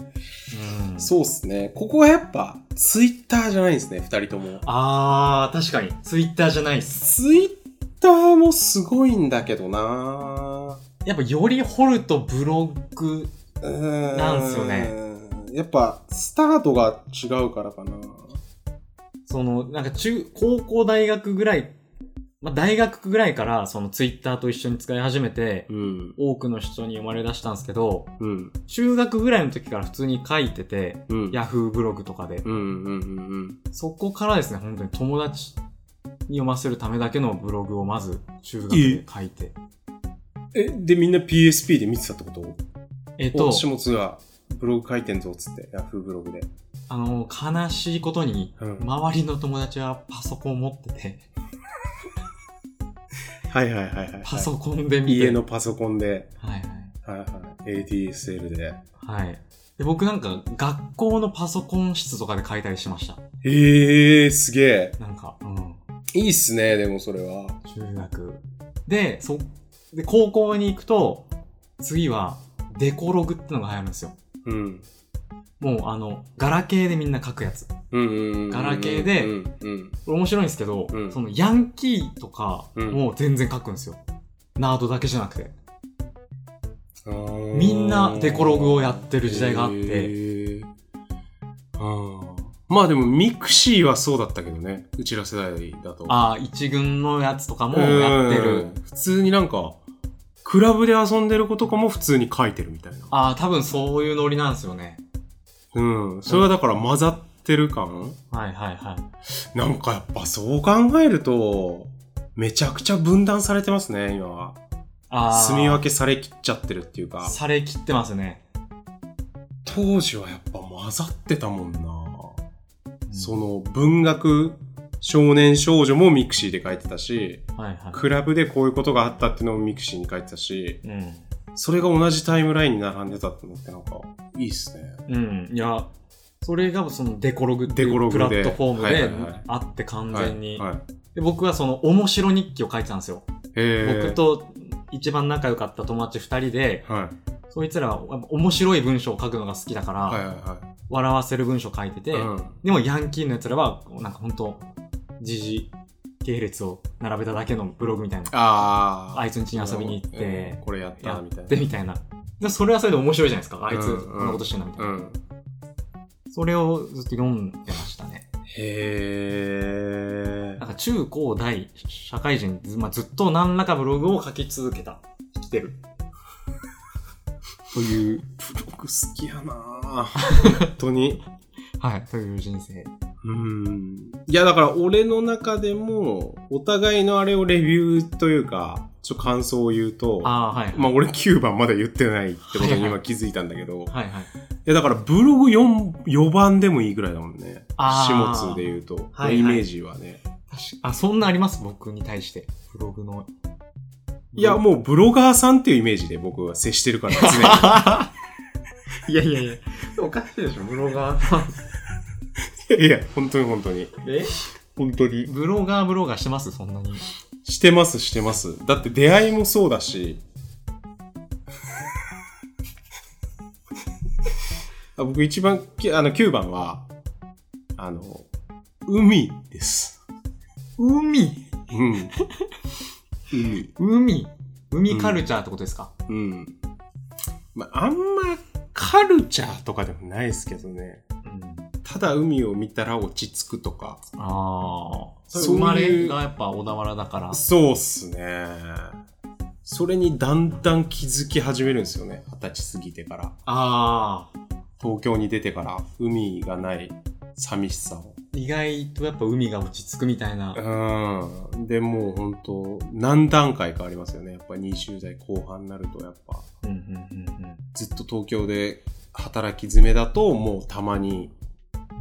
S1: うん。
S2: そうっすね。ここはやっぱ、ツイッターじゃないんですね、二人とも。
S1: あー、確かに。ツイッターじゃないっす。
S2: ツイッターもすごいんだけどな
S1: やっぱより掘るとブログ、な
S2: なん
S1: すよね。
S2: やっぱ、スタートが違うからかな
S1: その、なんか中、高校大学ぐらい、まあ、大学ぐらいから、そのツイッターと一緒に使い始めて、
S2: うん。
S1: 多くの人に生まれ出したんですけど、
S2: うん。
S1: 中学ぐらいの時から普通に書いてて、
S2: うん。
S1: ヤフーブログとかで。
S2: うんうんうんうん。
S1: そこからですね、本当に友達に読ませるためだけのブログをまず中学
S2: え
S1: で書いて。
S2: え、で、みんな PSP で見てたってこと
S1: えっ
S2: と
S1: と、
S2: 下津がブログ書いてんぞっつって、ヤフーブログで。
S1: あの、悲しいことに、
S2: うん
S1: 周りの友達はパソコンを持ってて、
S2: はいはいはいはい。
S1: パソコンで見て。
S2: 家の。パソコンで、
S1: はい
S2: はいはい、ADSL で。
S1: はい。はい。で僕なんか学校のパソコン室とかで書いたりしました。
S2: ええー、すげえ。
S1: なんか、うん。
S2: いいっすね、でもそれは。
S1: 中学。で、そ、で、高校に行くと、次は、デコログってのが流行るんですよ。
S2: うん。
S1: もうあの、ガラケーでみんな書くやつ。
S2: うんうんうんうん。
S1: ガラケーで
S2: うんうん。
S1: これ面白いんですけど、
S2: うん
S1: そのヤンキーとか
S2: うん
S1: も全然書くんですよ。ナードだけじゃなくて。
S2: あー
S1: みんなデコログをやってる時代があって
S2: へーあーまあでもミクシーはそうだったけどね。うちら世代だと。
S1: ああ、一軍のやつとかも
S2: うん、
S1: やってる。
S2: 普通になんか、クラブで遊んでる子とかも普通に書いてるみたいな。
S1: ああ、多分そういうノリなんですよね。
S2: うん。それはだから混ざってる感
S1: はいはいはい。
S2: なんかやっぱそう考えると、めちゃくちゃ分断されてますね、今は。
S1: ああ。
S2: 住み分けされきっちゃってるっていうか。
S1: されきってますね。
S2: 当時はやっぱ混ざってたもんな。そ
S1: の、
S2: の文学少年少女もミクシーで書いてたし、
S1: はいは
S2: クラブでこういうことがあったっていうのもミクシーに書いてた
S1: い。
S2: し、
S1: うん。
S2: それが同じタイムラインに並んでたってのってなんか、いいっすね。
S1: うん、いや、それがそのデコログってい
S2: デコロ
S1: う
S2: グ
S1: プ
S2: で
S1: ラットフォーム
S2: はい
S1: で
S2: はいはい
S1: あって完
S2: はい
S1: 全に。
S2: はい。
S1: で僕はその面白日記を書いてたんですよ。
S2: えー、
S1: 僕。と一番仲良かった友達二人で、
S2: はい。
S1: そいつらはやっぱ面白い文章を書くのが好きだから、
S2: はいはいは
S1: 笑わせる文章を書いてて、
S2: い。うん。
S1: でもヤンキーのやつらは、なんかほんと、時事系列を並べただけのブログみたいな。
S2: あー。
S1: あいつん家に遊びに行って
S2: うん、これやった
S1: や
S2: なみた
S1: っ
S2: い
S1: て
S2: な。
S1: みたいな。でそれはそれで面白いじゃないですか。あいつ、
S2: うんうん
S1: こんなことしてんなみたいうな。
S2: ん。
S1: それをずっと読んでましたね。なん
S2: へー。
S1: か中高大社会人、ずまあ、ずっと何らかブログを書き続けた。生きてる。
S2: という、ブログ好き やなぁ本当に。
S1: はい。という人生。
S2: うん。いや、だから俺の中でも、お互いのあれをレビューというか、ちょっと感想を言うと、
S1: ああ、はい。
S2: まあ俺9番まだ言ってないってこと
S1: はい
S2: に
S1: はい
S2: 今気づいたんだけど、
S1: は
S2: い
S1: いはい。
S2: やだからブログ 4, 4番でもいいぐらいだもんね。
S1: あー
S2: 始末で言うと、
S1: はいはい
S2: イメージはね。
S1: 確かあ、そんなあります僕に対して。ブログの。
S2: いや、もうブロガーさんっていうイメージで僕は接してるからですね。
S1: いやいやいや。おかしいでしょ、ブロガー。
S2: いや、本当に本当に。
S1: え
S2: 本当に。
S1: ブロガーブロガーしてますそんなに。
S2: してます、してます。だって出会いもそうだし。あ僕一番、きあの、9番は、あの、海です。
S1: 海
S2: うん。海。
S1: 海海カルチャーってことですか、
S2: うん。まあ、あんまカルチャーとかでもないですけどね。
S1: うん、
S2: ただ海を見たら落ち着くとか。
S1: ああ。それ
S2: そうい
S1: 生
S2: う
S1: まれがやっぱ小田原だから。
S2: そうっすね。それにだんだん気づき始めるんですよね。二十歳過ぎてから。
S1: ああ。
S2: 東京に出てから海がない寂しさを。
S1: 意外とやっぱ海が落ち着くみたいな。
S2: うん。で、もう本当何段階かありますよね。やっぱ20代後半になると、やっぱ、
S1: うんうんうんうん。
S2: ずっと東京で働き詰めだと、もうたまに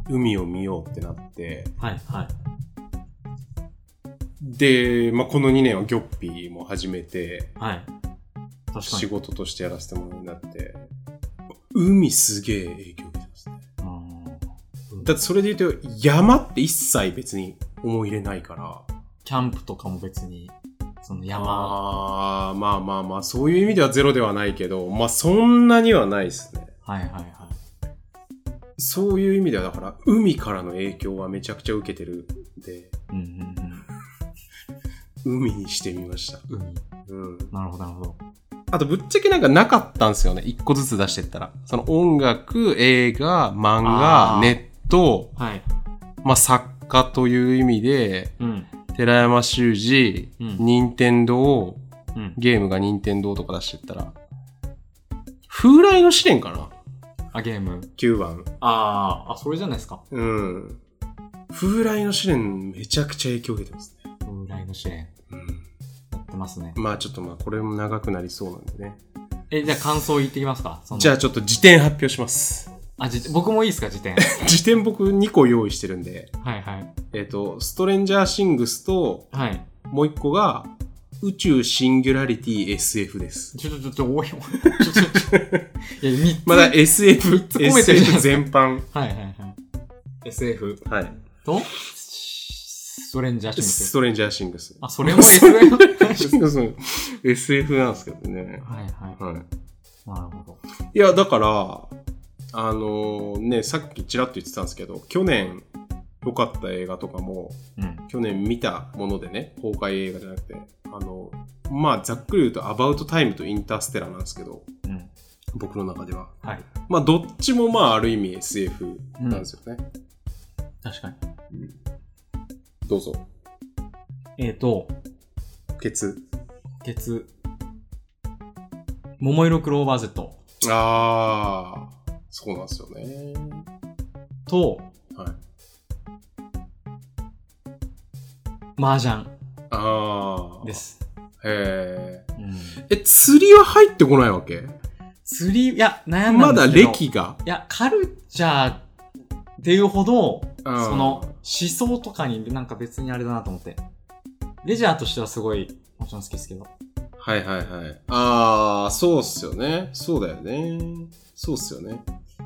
S2: 海を見ようってなって、
S1: はいはい。
S2: で、まあ、この2年はギョッピーも始めて、
S1: はい。確か
S2: 仕
S1: に。
S2: 事としてやらせてもらうようになって、海すげえ影響受けてますね。
S1: うん
S2: だってそれで言うと、山って一切別に思い入れないから、
S1: キャンプとかも別に、その山。
S2: あーまあまあまあ、そういう意味ではゼロではないけど、まあそんなにはないですね。
S1: はいはいは
S2: そういう意味ではだから、海からの影響はめちゃくちゃ受けてるんで、
S1: い。うんうん
S2: 海にしてみました。
S1: うん。海。
S2: うん。
S1: なるほどなるほど。
S2: あと、ぶっちゃけなんかなかったんですよね。一個ずつ出してったら。その音楽、映画、漫
S1: あー
S2: 画、ネット、
S1: はい。
S2: まあ作家という意味で、
S1: うん。
S2: 寺山修司、
S1: うん
S2: 任天堂、
S1: うん。
S2: ゲームが任天堂とか出してったら、風来の試練かな
S1: あ、ゲーム。
S2: ?9 番。
S1: ああ、あ、それじゃないですか。
S2: うん。風来の試練めちゃくちゃ影響受けてますね。
S1: 風来の試練。やってますね。
S2: まあちょっとまあこれも長くなりそうなんでね。
S1: え、じゃあ感想言ってきますかその
S2: じゃあちょっと辞典発表します。
S1: あ、じ、僕もいいですか辞 典。
S2: 辞典僕2個用意してるんで、
S1: はいはい。
S2: えっ、と、ストレンジャーシングスと、
S1: はい。
S2: もう1個が、宇宙シンギュラリティ SF です。
S1: ちょ、ちょ、ちょ、ちょ、おい、おいちょ、ちょ、ちょ。 いや、三つ。
S2: まだ SF
S1: 三つ、込めてるじゃん
S2: SF 全般。
S1: はいはいはい。SF
S2: はい。
S1: と、ストレンジャーシング
S2: ス
S1: ス。
S2: トレンジャーシングス。
S1: あ、それも SF?
S2: シングスも SF なんですけどね。
S1: はいは
S2: は
S1: い。
S2: い。
S1: なるほど。
S2: いや、だから、あのね、さっきちらっと言ってたんですけど、去年良かった映画とかも、
S1: うん。
S2: 去年見たものでね、公開映画じゃなくて、あの、まあ、ざっくり言うと、アバウトタイムとインターステラなんですけど、
S1: うん。
S2: 僕の中では。
S1: はい。
S2: まあ、どっちもまあ、ある意味 SF なんですよね。
S1: 確かに。
S2: どうぞ。
S1: えっ、ー、と、
S2: ケツ。
S1: ケツ。桃色クローバー Z
S2: ああ、そうなんですよね。
S1: と、
S2: はい。
S1: 麻雀
S2: ああ。
S1: です。
S2: へえ。
S1: うん、
S2: え、釣りは入ってこないわけ
S1: 釣り、いや、悩んだ
S2: ま
S1: んで
S2: だ
S1: すけど。
S2: 歴が。
S1: いや、カルチャーっていうほど、
S2: そ
S1: その思想とかになんか別にあれだなと思って。レジャーとしてはすごい、もちろん好きですけど。
S2: はいはいはい。ああ、そうっすよね。そうだよね。そうっすよね。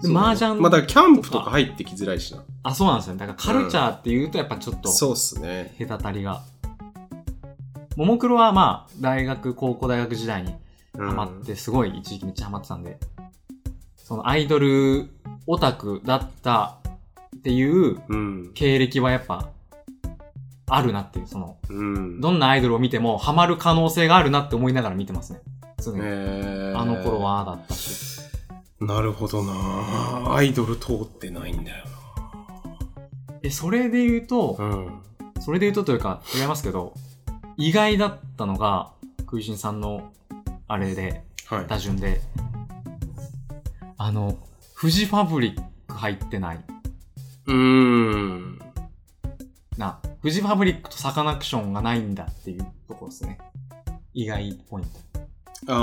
S2: そうだね
S1: 麻雀
S2: まあだからキャンプとか入ってきづらいしな。
S1: あ、そうなんですよね。だからカルチャーっていうとやっぱちょっと、
S2: そうっすね。
S1: 隔たりが。ももクロはまあ、大学、高校大学時代にハマって、すごい一時期めっちゃハマってたんで、そのアイドルオタクだったっていう
S2: うん。
S1: 経歴はやっぱ、あるなっていう、その、
S2: うん。
S1: どんなアイドルを見てもハマる可能性があるなって思いながら見てますね。常に。
S2: えー
S1: あの頃。はああだったし。
S2: なるほどな。アイドル通ってないんだよ
S1: え、それで言うと
S2: な。、うん。
S1: それで言うとというか、違いますけど、意外だったのが、クイシンさんの、あれで、
S2: はい。
S1: 打順で、あの、富士ファブリック入ってないう
S2: ーん。
S1: な、富士ファブリックとサカナクションがないんだっていうところですね。意外ポイント。
S2: あ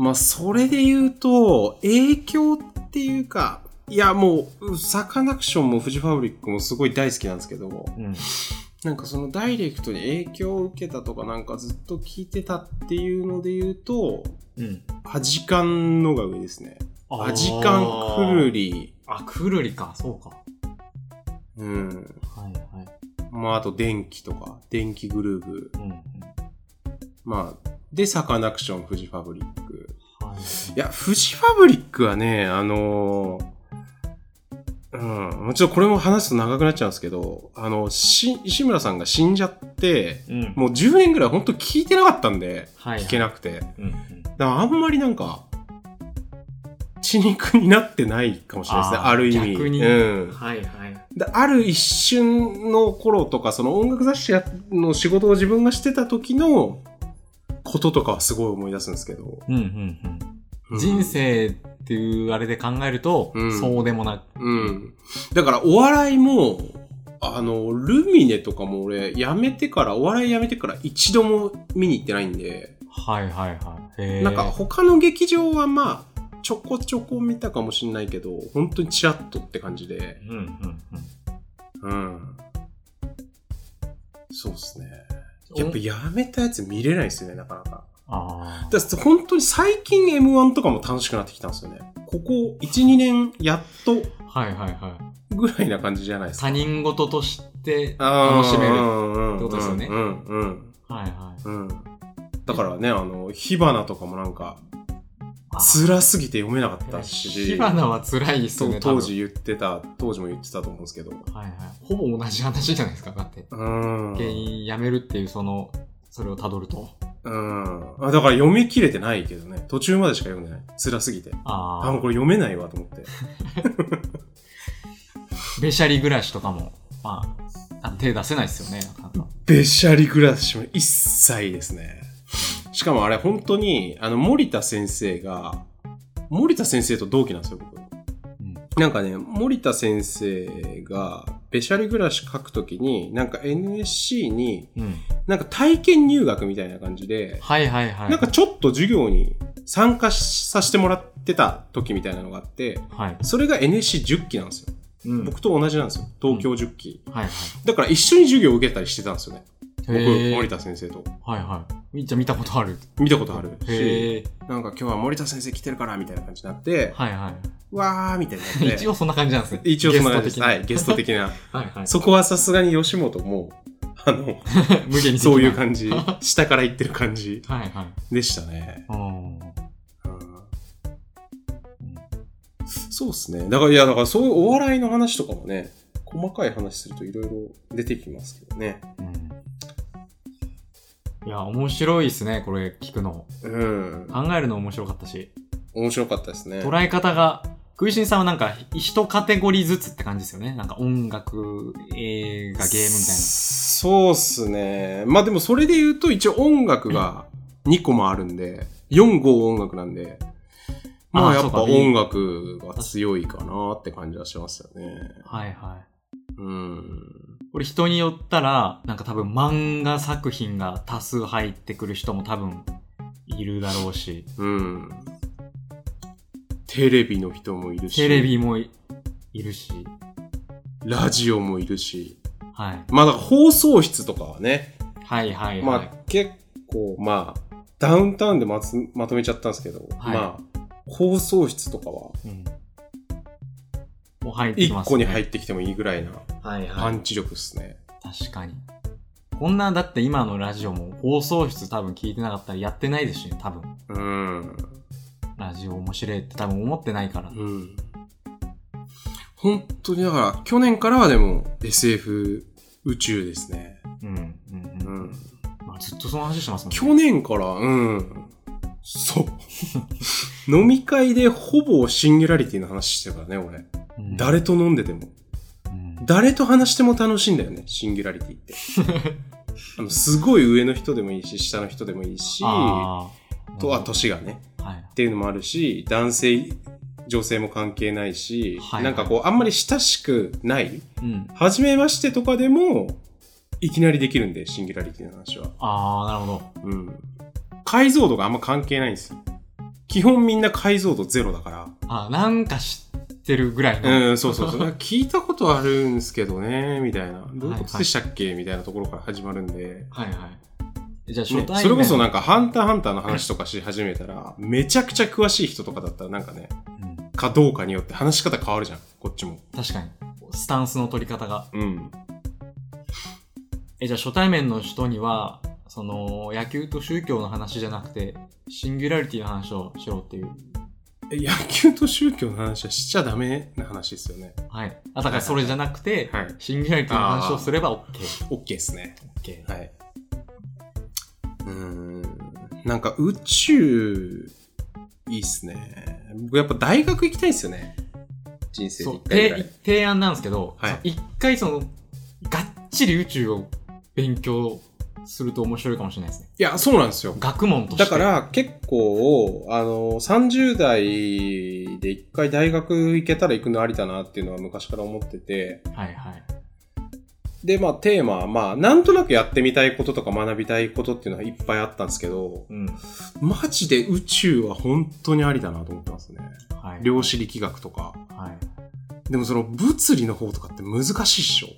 S2: ー。まあ、それで言うと、影響っていうか、いや、もう、サカナクションもフジファブリックもすごい大好きなんですけど、
S1: うん。
S2: なんかそのダイレクトに影響を受けたとかなんかずっと聞いてたっていうので言うと、
S1: うん。
S2: アジカンのが上ですね。
S1: あ
S2: アジカン、クル
S1: リ。
S2: リ、
S1: あ、くるりか、そうか。
S2: うん。
S1: はいはい。
S2: まああと電気とか、電気グルーブ。
S1: うん、うん。は
S2: まあ、で、サカナクション、フジファブリック。
S1: い。
S2: いや、フジファブリックはね、あのーうん、もちろんこれも話すと長くなっちゃうんですけど、あの、し、石村さんが死んじゃって、
S1: うん。
S2: もう10年ぐらい本当聞いてなかったんで、
S1: はいはい
S2: 聞けなくて。
S1: うんうん。
S2: だからあんまりなんか、血肉になってないかもしれないですね、
S1: あー
S2: ある意味。
S1: 逆に
S2: うん。
S1: はいはい。
S2: である一瞬の頃とか、その音楽雑誌やの仕事を自分がしてた時のこととかはすごい思い出すんですけど。
S1: うんうんうん。
S2: うん
S1: 人生っていうあれで考えると、
S2: うん
S1: そうでもなく。
S2: うん。だからお笑いも、あの、ルミネとかも俺、辞めてから、お笑い辞めてから一度も見に行ってないんで、
S1: はいはいはい。へー
S2: なんか他の劇場はまあ、ちょこちょこ見たかもしれないけど、本当にチラッとって感じで
S1: う、んうんうん。
S2: うん。そうっすね。や
S1: や
S2: っ
S1: っ
S2: ぱ
S1: ぱ、
S2: やめたやつ見れないっすよね、なかなか。
S1: あ
S2: だから本当に最近 M1 とかも楽しくなってきたんですよね。ここ1、2年やっと
S1: あ。はいはいはい。
S2: ぐらいな感じじゃないですか。
S1: 他人事として
S2: あー
S1: 楽しめる。
S2: うん
S1: ってことですよね
S2: うんうん
S1: はいはい。
S2: うん。うんだからね、あの、火花とかもなんか、
S1: あ
S2: 辛すぎて読めなかったし、
S1: 火花は辛いです
S2: そ
S1: よ
S2: う
S1: ね、多分
S2: 当。時言ってた、当時も言ってたと思うんですけど。う
S1: はいはい。ほぼ同じ話じゃないですか、だって。
S2: ん。
S1: 原因やめるっていう、その、それをたどると。
S2: うん。あだから読み切れてないけどね。途中までしか読んでない。辛すぎて。
S1: あ
S2: あ、
S1: あ
S2: もうこれ読めないわと思って。
S1: べしゃり暮らしとかも、まあ、手出せないですよね、なかなか。
S2: べしゃり暮らしも一切ですね。しかもあれ本当に、あの、森田先生が、森田先生と同期なんですよ、僕。
S1: うん
S2: なんかね、森田先生が、べしゃり暮らし書くときに、なんか NSC に、
S1: うん。
S2: なんか体験入学みたいな感じで、
S1: はいはいはい。
S2: なんか、ちょっと授業に参加させてもらってた時みたいなのがあって、
S1: はい。
S2: それが NSC10 期なんですよ。
S1: うん。
S2: 僕と同じなんですよ。東京10期。
S1: はいはい。
S2: だから一緒に授業を受けたりしてたんですよね。僕、
S1: へー
S2: 森田先生と。
S1: はいはい。じゃあ見たことある。
S2: 見たことあるし、
S1: へえ。
S2: なんか今日は森田先生来てるから、みたいな感じになって、
S1: はいは
S2: わーみたいに
S1: い。
S2: なって。
S1: 一応そんな感じなんですね。
S2: 一応そんな感じです。
S1: ゲスト的な
S2: はい、ゲスト的 な。
S1: はいはい。
S2: そこはさすがに吉本も、あの、
S1: 無限に。
S2: そういう感じ、下から行ってる感
S1: じ。
S2: じ
S1: はいはい。
S2: でしたね。
S1: うん。
S2: うんそうですね。だから、いや、だからそういうお笑いの話とかもね、細かい話するといろいろ出てきますけどね。
S1: いや、面白いですね、これ聞くの。
S2: うん。
S1: 考えるの面白かったし、
S2: 面白かったですね。
S1: 捉え方が食いしんさんはなんか、一カテゴリーずつって感じですよね。なんか音楽、映画、ゲームみたいな。
S2: そうっすね。まあでもそれで言うと一応音楽が2個もあるんで、4、5音楽なんで、ま
S1: あ
S2: あ
S1: ー
S2: やっぱ
S1: そうか B
S2: 音楽が強いかなって感じはしますよね。
S1: はいはい。
S2: うん。
S1: これ人によったら、なんか多分漫画作品が多数入ってくる人も多分いるだろうし、
S2: うん。テレビの人もいるし、
S1: テレビもいいるし、
S2: ラジオもいるし、
S1: はい。
S2: まあだから放送室とかはね、
S1: はいはいはい。
S2: まあ結構まあダウンタウンでまつまとめちゃったんですけど、
S1: はい
S2: まあ放送室とかは
S1: うん。もう入ってきま
S2: 1
S1: すね。
S2: 個に入ってきてもいいぐらいな
S1: はいは
S2: パ
S1: い
S2: ン。チ力っすね。
S1: 確かに。こんな、だって今のラジオも放送室多分聞いてなかったらやってないですしね、多分。
S2: うん。
S1: ラジオ面白いって多分思ってないから。
S2: うん。本当にだから去年からはでも SF 宇宙ですね。
S1: うん。うん。
S2: う
S1: うん。
S2: ん。
S1: まあ、ずっとその話してますもんね。
S2: 去年から、うん。 そう。飲み会でほぼシンギュラリティの話してるからね、俺。
S1: うん
S2: 誰と飲んでても。
S1: うん
S2: 誰と話しても楽しいんだよね、シンギュラリテ ィって。あのすごい上の人でもいいし、下の人でもいいし、
S1: あー
S2: とは年がね、
S1: はい。
S2: っていうのもあるし、男性、女性も関係ないし、
S1: はい
S2: なんかこう、あんまり親しくない、
S1: うん。
S2: 初めましてとかでも、いきなりできるんで、シンギュラリティの話は。
S1: ああ、なるほど。
S2: うん。解像度があんま関係ないんですよ。基本みんな解像度ゼロだから。
S1: あなんか知ってるぐらいの。
S2: うん、そうそう そう。聞いたことあるんですけどね、みたいな。どういうことでしたっけみたいなところから始まるんで。
S1: はいはい。じゃあ、初
S2: ね
S1: 対面、
S2: それこそなんか、ハンターハンターの話とかし始めたら、めちゃくちゃ詳しい人とかだったら、なんかね、
S1: うん
S2: かどうかによって話し方変わるじゃん、こっちも。
S1: 確かに。スタンスの取り方が。
S2: うん。
S1: え、じゃあ初対面の人には、その、野球と宗教の話じゃなくて、シンギュラリティの話をしろっていう。
S2: え野球と宗教の話はしちゃダメな話ですよね。
S1: はい。あ、だからそれじゃなくて、
S2: はい
S1: シンギュラリティの話をすれば OK。
S2: OK ですね。
S1: OK。
S2: はい。うーん。なんか、宇宙、いいっすね。僕やっぱ大学行きたいっすよね。人生で
S1: そう
S2: 一、回ぐら
S1: 提
S2: い。
S1: 提案なんですけど、
S2: はい
S1: 一回その、がっちり宇宙を勉強すると面白いかもしれないですね。
S2: いや、そうなんですよ。
S1: 学問として。
S2: だか、ら結構、あの、30代で一回大学行けたら行くのありだなっていうのは昔から思ってて、
S1: はいはい。
S2: で、まあテーマは、まあなんとなくやってみたいこととか学びたいことっていうのはいっぱいあったんですけど、
S1: うん。
S2: マジで宇宙は本当にありだなと思ってますね。
S1: はい。
S2: 量子力学とか。
S1: はい。
S2: でもその物理の方とかって難しいっしょ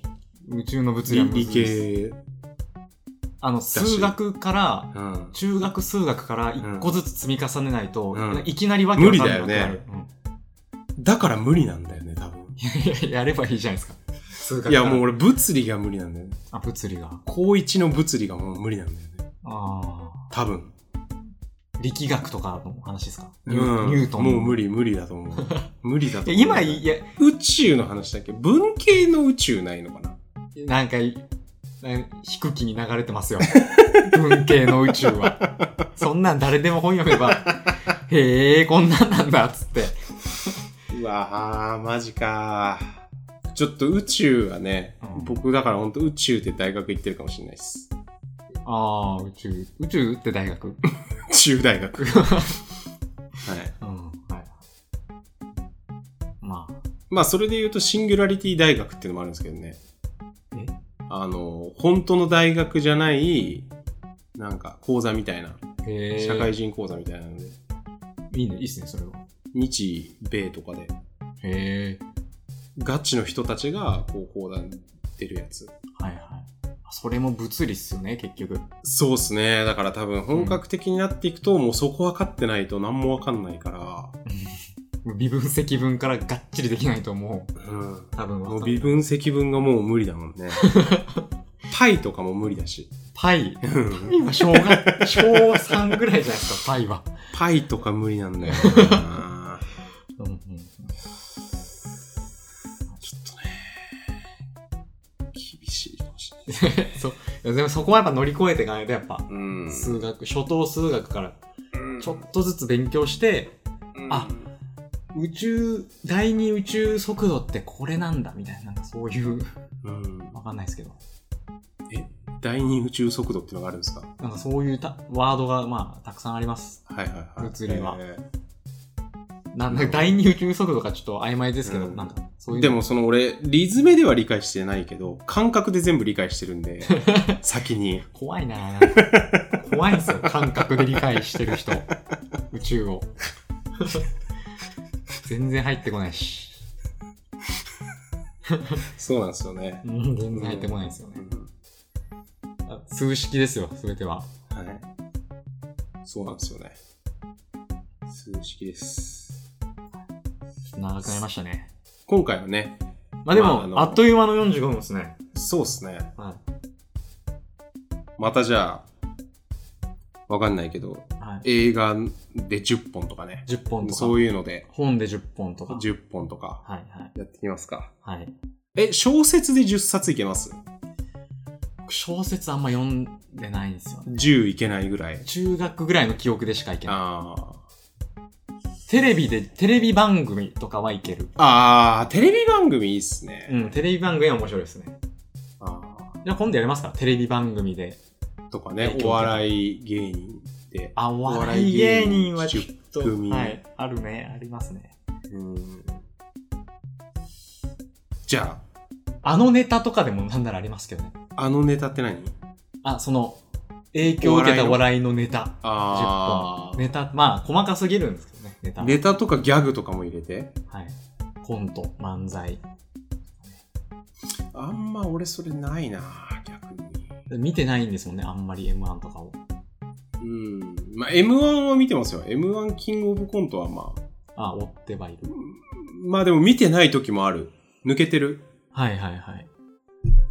S1: 宇宙の物理は
S2: 理
S1: 難し
S2: 理
S1: いです
S2: 系。
S1: あの、数学から、
S2: うん。
S1: 中学数学から一個ずつ積み重ねないと、
S2: うん
S1: いきなりわけわかんなく
S2: 無理だ
S1: な
S2: よ
S1: る
S2: ね。だから無理なんだよね、多分。
S1: うん やればいいじゃないですか。数学か
S2: い
S1: ら
S2: や、もう俺物理が無理なんだよね。
S1: あ、物理が。
S2: 高一の物理がもう無理なんだよね。
S1: あ
S2: 多分。
S1: ー力学とかの話ですか、ニュ
S2: うん
S1: ニュートン。
S2: もう無。理、無理だと 思う。無理だと
S1: い
S2: 思
S1: や
S2: う。
S1: 今、いや、
S2: 宇宙の話だっけ文系の宇宙ないのかな
S1: なんか、な低気に流れてます よ。文系の宇宙は。そんなん誰でも本読めば、へえ、こんなんなんだ、っつって。
S2: うわー、マジかちょっと宇宙はね、
S1: うん
S2: 僕だから本当宇宙で大学行ってるかもしれないです。
S1: ああ、宇宙。宇宙って大 学
S2: 中 大学。はい。
S1: うん、はい。ま
S2: まあ、それで言うとシンギュラリティ大学っていうのもあるんですけどね。
S1: え
S2: あの、本当の大学じゃない、なんか講座みたいな、
S1: あ、へえ。
S2: 社会人講座みたいなので、
S1: いいね、いいっすね、それは。
S2: 日米とかで、
S1: へえ。
S2: ガチの人たちが、こう、講談出るやつ。
S1: はいはい。あそれも物理っすよね、結局。
S2: そうですね。だから多分本格的になっていくと、もうそこ分かってないと何も分かんないから、
S1: 微分積分からがっちりできないとも
S2: うん。
S1: う、多分
S2: も
S1: わ
S2: う
S1: かん
S2: 微分積分がもう無理だもん ね。パイとかも無理だし。
S1: パイ。パイは小学、小3ぐらいじゃないですか、パイは。
S2: パイとか無理なんだよな
S1: うんうん。
S2: ちょっとね、厳しいかもしれない。
S1: いやでもそこはやっぱ乗り越えていかないと、やっぱ、
S2: うん
S1: 数学、初等数学から、ち
S2: ち
S1: ょっとずつ勉強して、あ宇宙、第二宇宙速度ってこれなんだみたいな、なんかそういう、
S2: うん。
S1: わかんないですけど、
S2: 第二宇宙速度っていうのがあるんですか
S1: なんかそういうたワードがまあ、たくさんあります。
S2: はいはいはい。
S1: 物理は
S2: え
S1: なん
S2: う
S1: だ、
S2: ん
S1: 第二宇宙速度がちょっと曖昧ですけど、
S2: うん
S1: なんかそうい
S2: ー
S1: う。
S2: でも、その俺、リズムでは理解してないけど、感覚で全部理解してるん で、先に。
S1: 怖いなぁ怖いんですよ、感覚で理解してる人。宇宙を。全然入ってこないし。
S2: そうなんですよね。
S1: うん全然入ってこないですよね。
S2: うん
S1: 数式ですよ、すべては。
S2: はい。そうなんですよね。数式です。
S1: 長くなりましたね。
S2: 今回はね、
S1: まあでも、
S2: まあ
S1: あ
S2: あの
S1: っという間の45分ですね。
S2: そうですね。
S1: は
S2: またじゃあ、わかんないけど、
S1: い。はい、
S2: 映画で10本とかね。
S1: 10本とか。
S2: そういうので、
S1: 本で10本とか。
S2: 10本とか、
S1: はいはい。
S2: やってきますか。
S1: はい。
S2: え、小説で10冊いけます
S1: 僕小説あんま読んでないんですよね。
S2: ?10 いけないぐらい。
S1: 中学ぐらいの記憶でしかいけない。
S2: あー。
S1: テレビで、テレビ番組とかはいける。
S2: あー、テレビ番組いいっすね。
S1: うん、テレビ番組は面白いですね。
S2: あ
S1: じゃあ今度やりますかテレビ番組で。
S2: ーとかね
S1: 影響、受けた
S2: お笑い芸人で。
S1: あ、お
S2: 笑
S1: 笑
S2: い
S1: い
S2: 芸
S1: 芸
S2: 人
S1: 人
S2: は
S1: は
S2: ち
S1: ち
S2: ょ
S1: ょ
S2: っ
S1: っ
S2: と
S1: と、
S2: 組
S1: はい、あるね、ありますね。
S2: うんじゃあ、
S1: あのネタとかでもなんならありますけどね。
S2: あのネタって何
S1: あ、その、影響を受けたお笑いのネタ。
S2: あ
S1: ネタ、まあ、細かすぎるんですけどね、ネタは。
S2: ネタとかギャグとかも入れて。
S1: はい。コント、漫才。
S2: あんま俺それないな、逆に。
S1: 見てないんですもんね、あんまり M1 とかを。
S2: うん。まあ、M1 は見てますよ。M1 キングオブコントはまあ、
S1: あ、追ってはいる。
S2: まあでも見てない時もある。抜けてる。
S1: はいはいはい。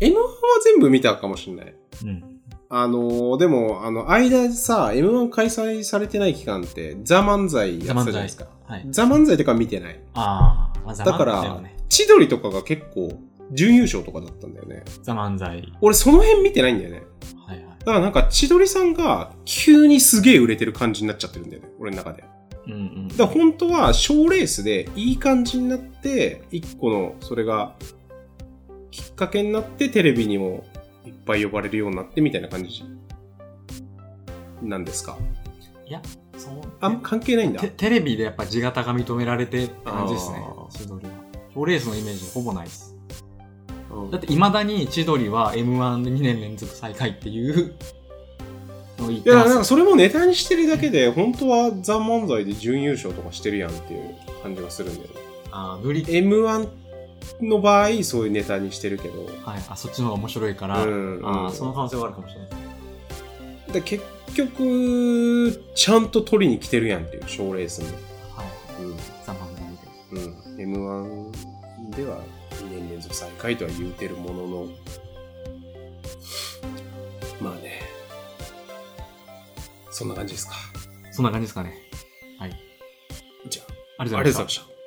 S2: M1 は全部見たかもしれない。
S1: うん。
S2: あのーでも、あの、間でさ、M1 開催されてない期間って、ザ・漫才やってたじゃないですか。
S1: はい。
S2: ザ・漫才とか見てない。
S1: あーまあ、ザ・
S2: だか
S1: 漫才は
S2: ら
S1: ね。、
S2: 千鳥とかが結構、準優勝とかだったんだよね。
S1: ザ・漫才。
S2: 俺、その辺見てないんだよね。
S1: はいはい
S2: だ。からなんか、千鳥さんが、急にすげえ売れてる感じになっちゃってるんだよね。俺の中で。
S1: うんうん。
S2: だから本当は賞レースでいい感じになって一個のそれがきっかけになってテレビにもいっぱい呼ばれるようになってみたいな感じなんですか
S1: そう
S2: あんま関係ないんだ
S1: テテレビでやっぱ地形が認められてって感じですね
S2: あー
S1: 千鳥は賞レースのイメージほぼないです
S2: うん
S1: だっていまだに千鳥は m 1で2年連続最下位っていうのを言っ
S2: い
S1: て
S2: や
S1: ま
S2: なんか
S1: す
S2: それもネタにしてるだけで本当は「ザ・漫才」で準優勝とかしてるやんっていう感じがするんだよね
S1: あーブリ
S2: m 1の場合そういうネタにしてるけど
S1: はい、あそっちの方が面白いから、
S2: うん
S1: あー
S2: うん
S1: その可能性はあるかもしれない
S2: で結局ちゃんと取りに来てるやんっていう賞レースも、
S1: はい
S2: うん
S1: ザ・漫才で
S2: うん、m 1では2年連続最下位とは言うてるもののまあねそんな感じですか
S1: そんな感じですかねはい
S2: じゃ
S1: あり
S2: あ
S1: が
S2: あ
S1: とうござ
S2: りがとうござい
S1: い
S2: ま
S1: ま
S2: し
S1: した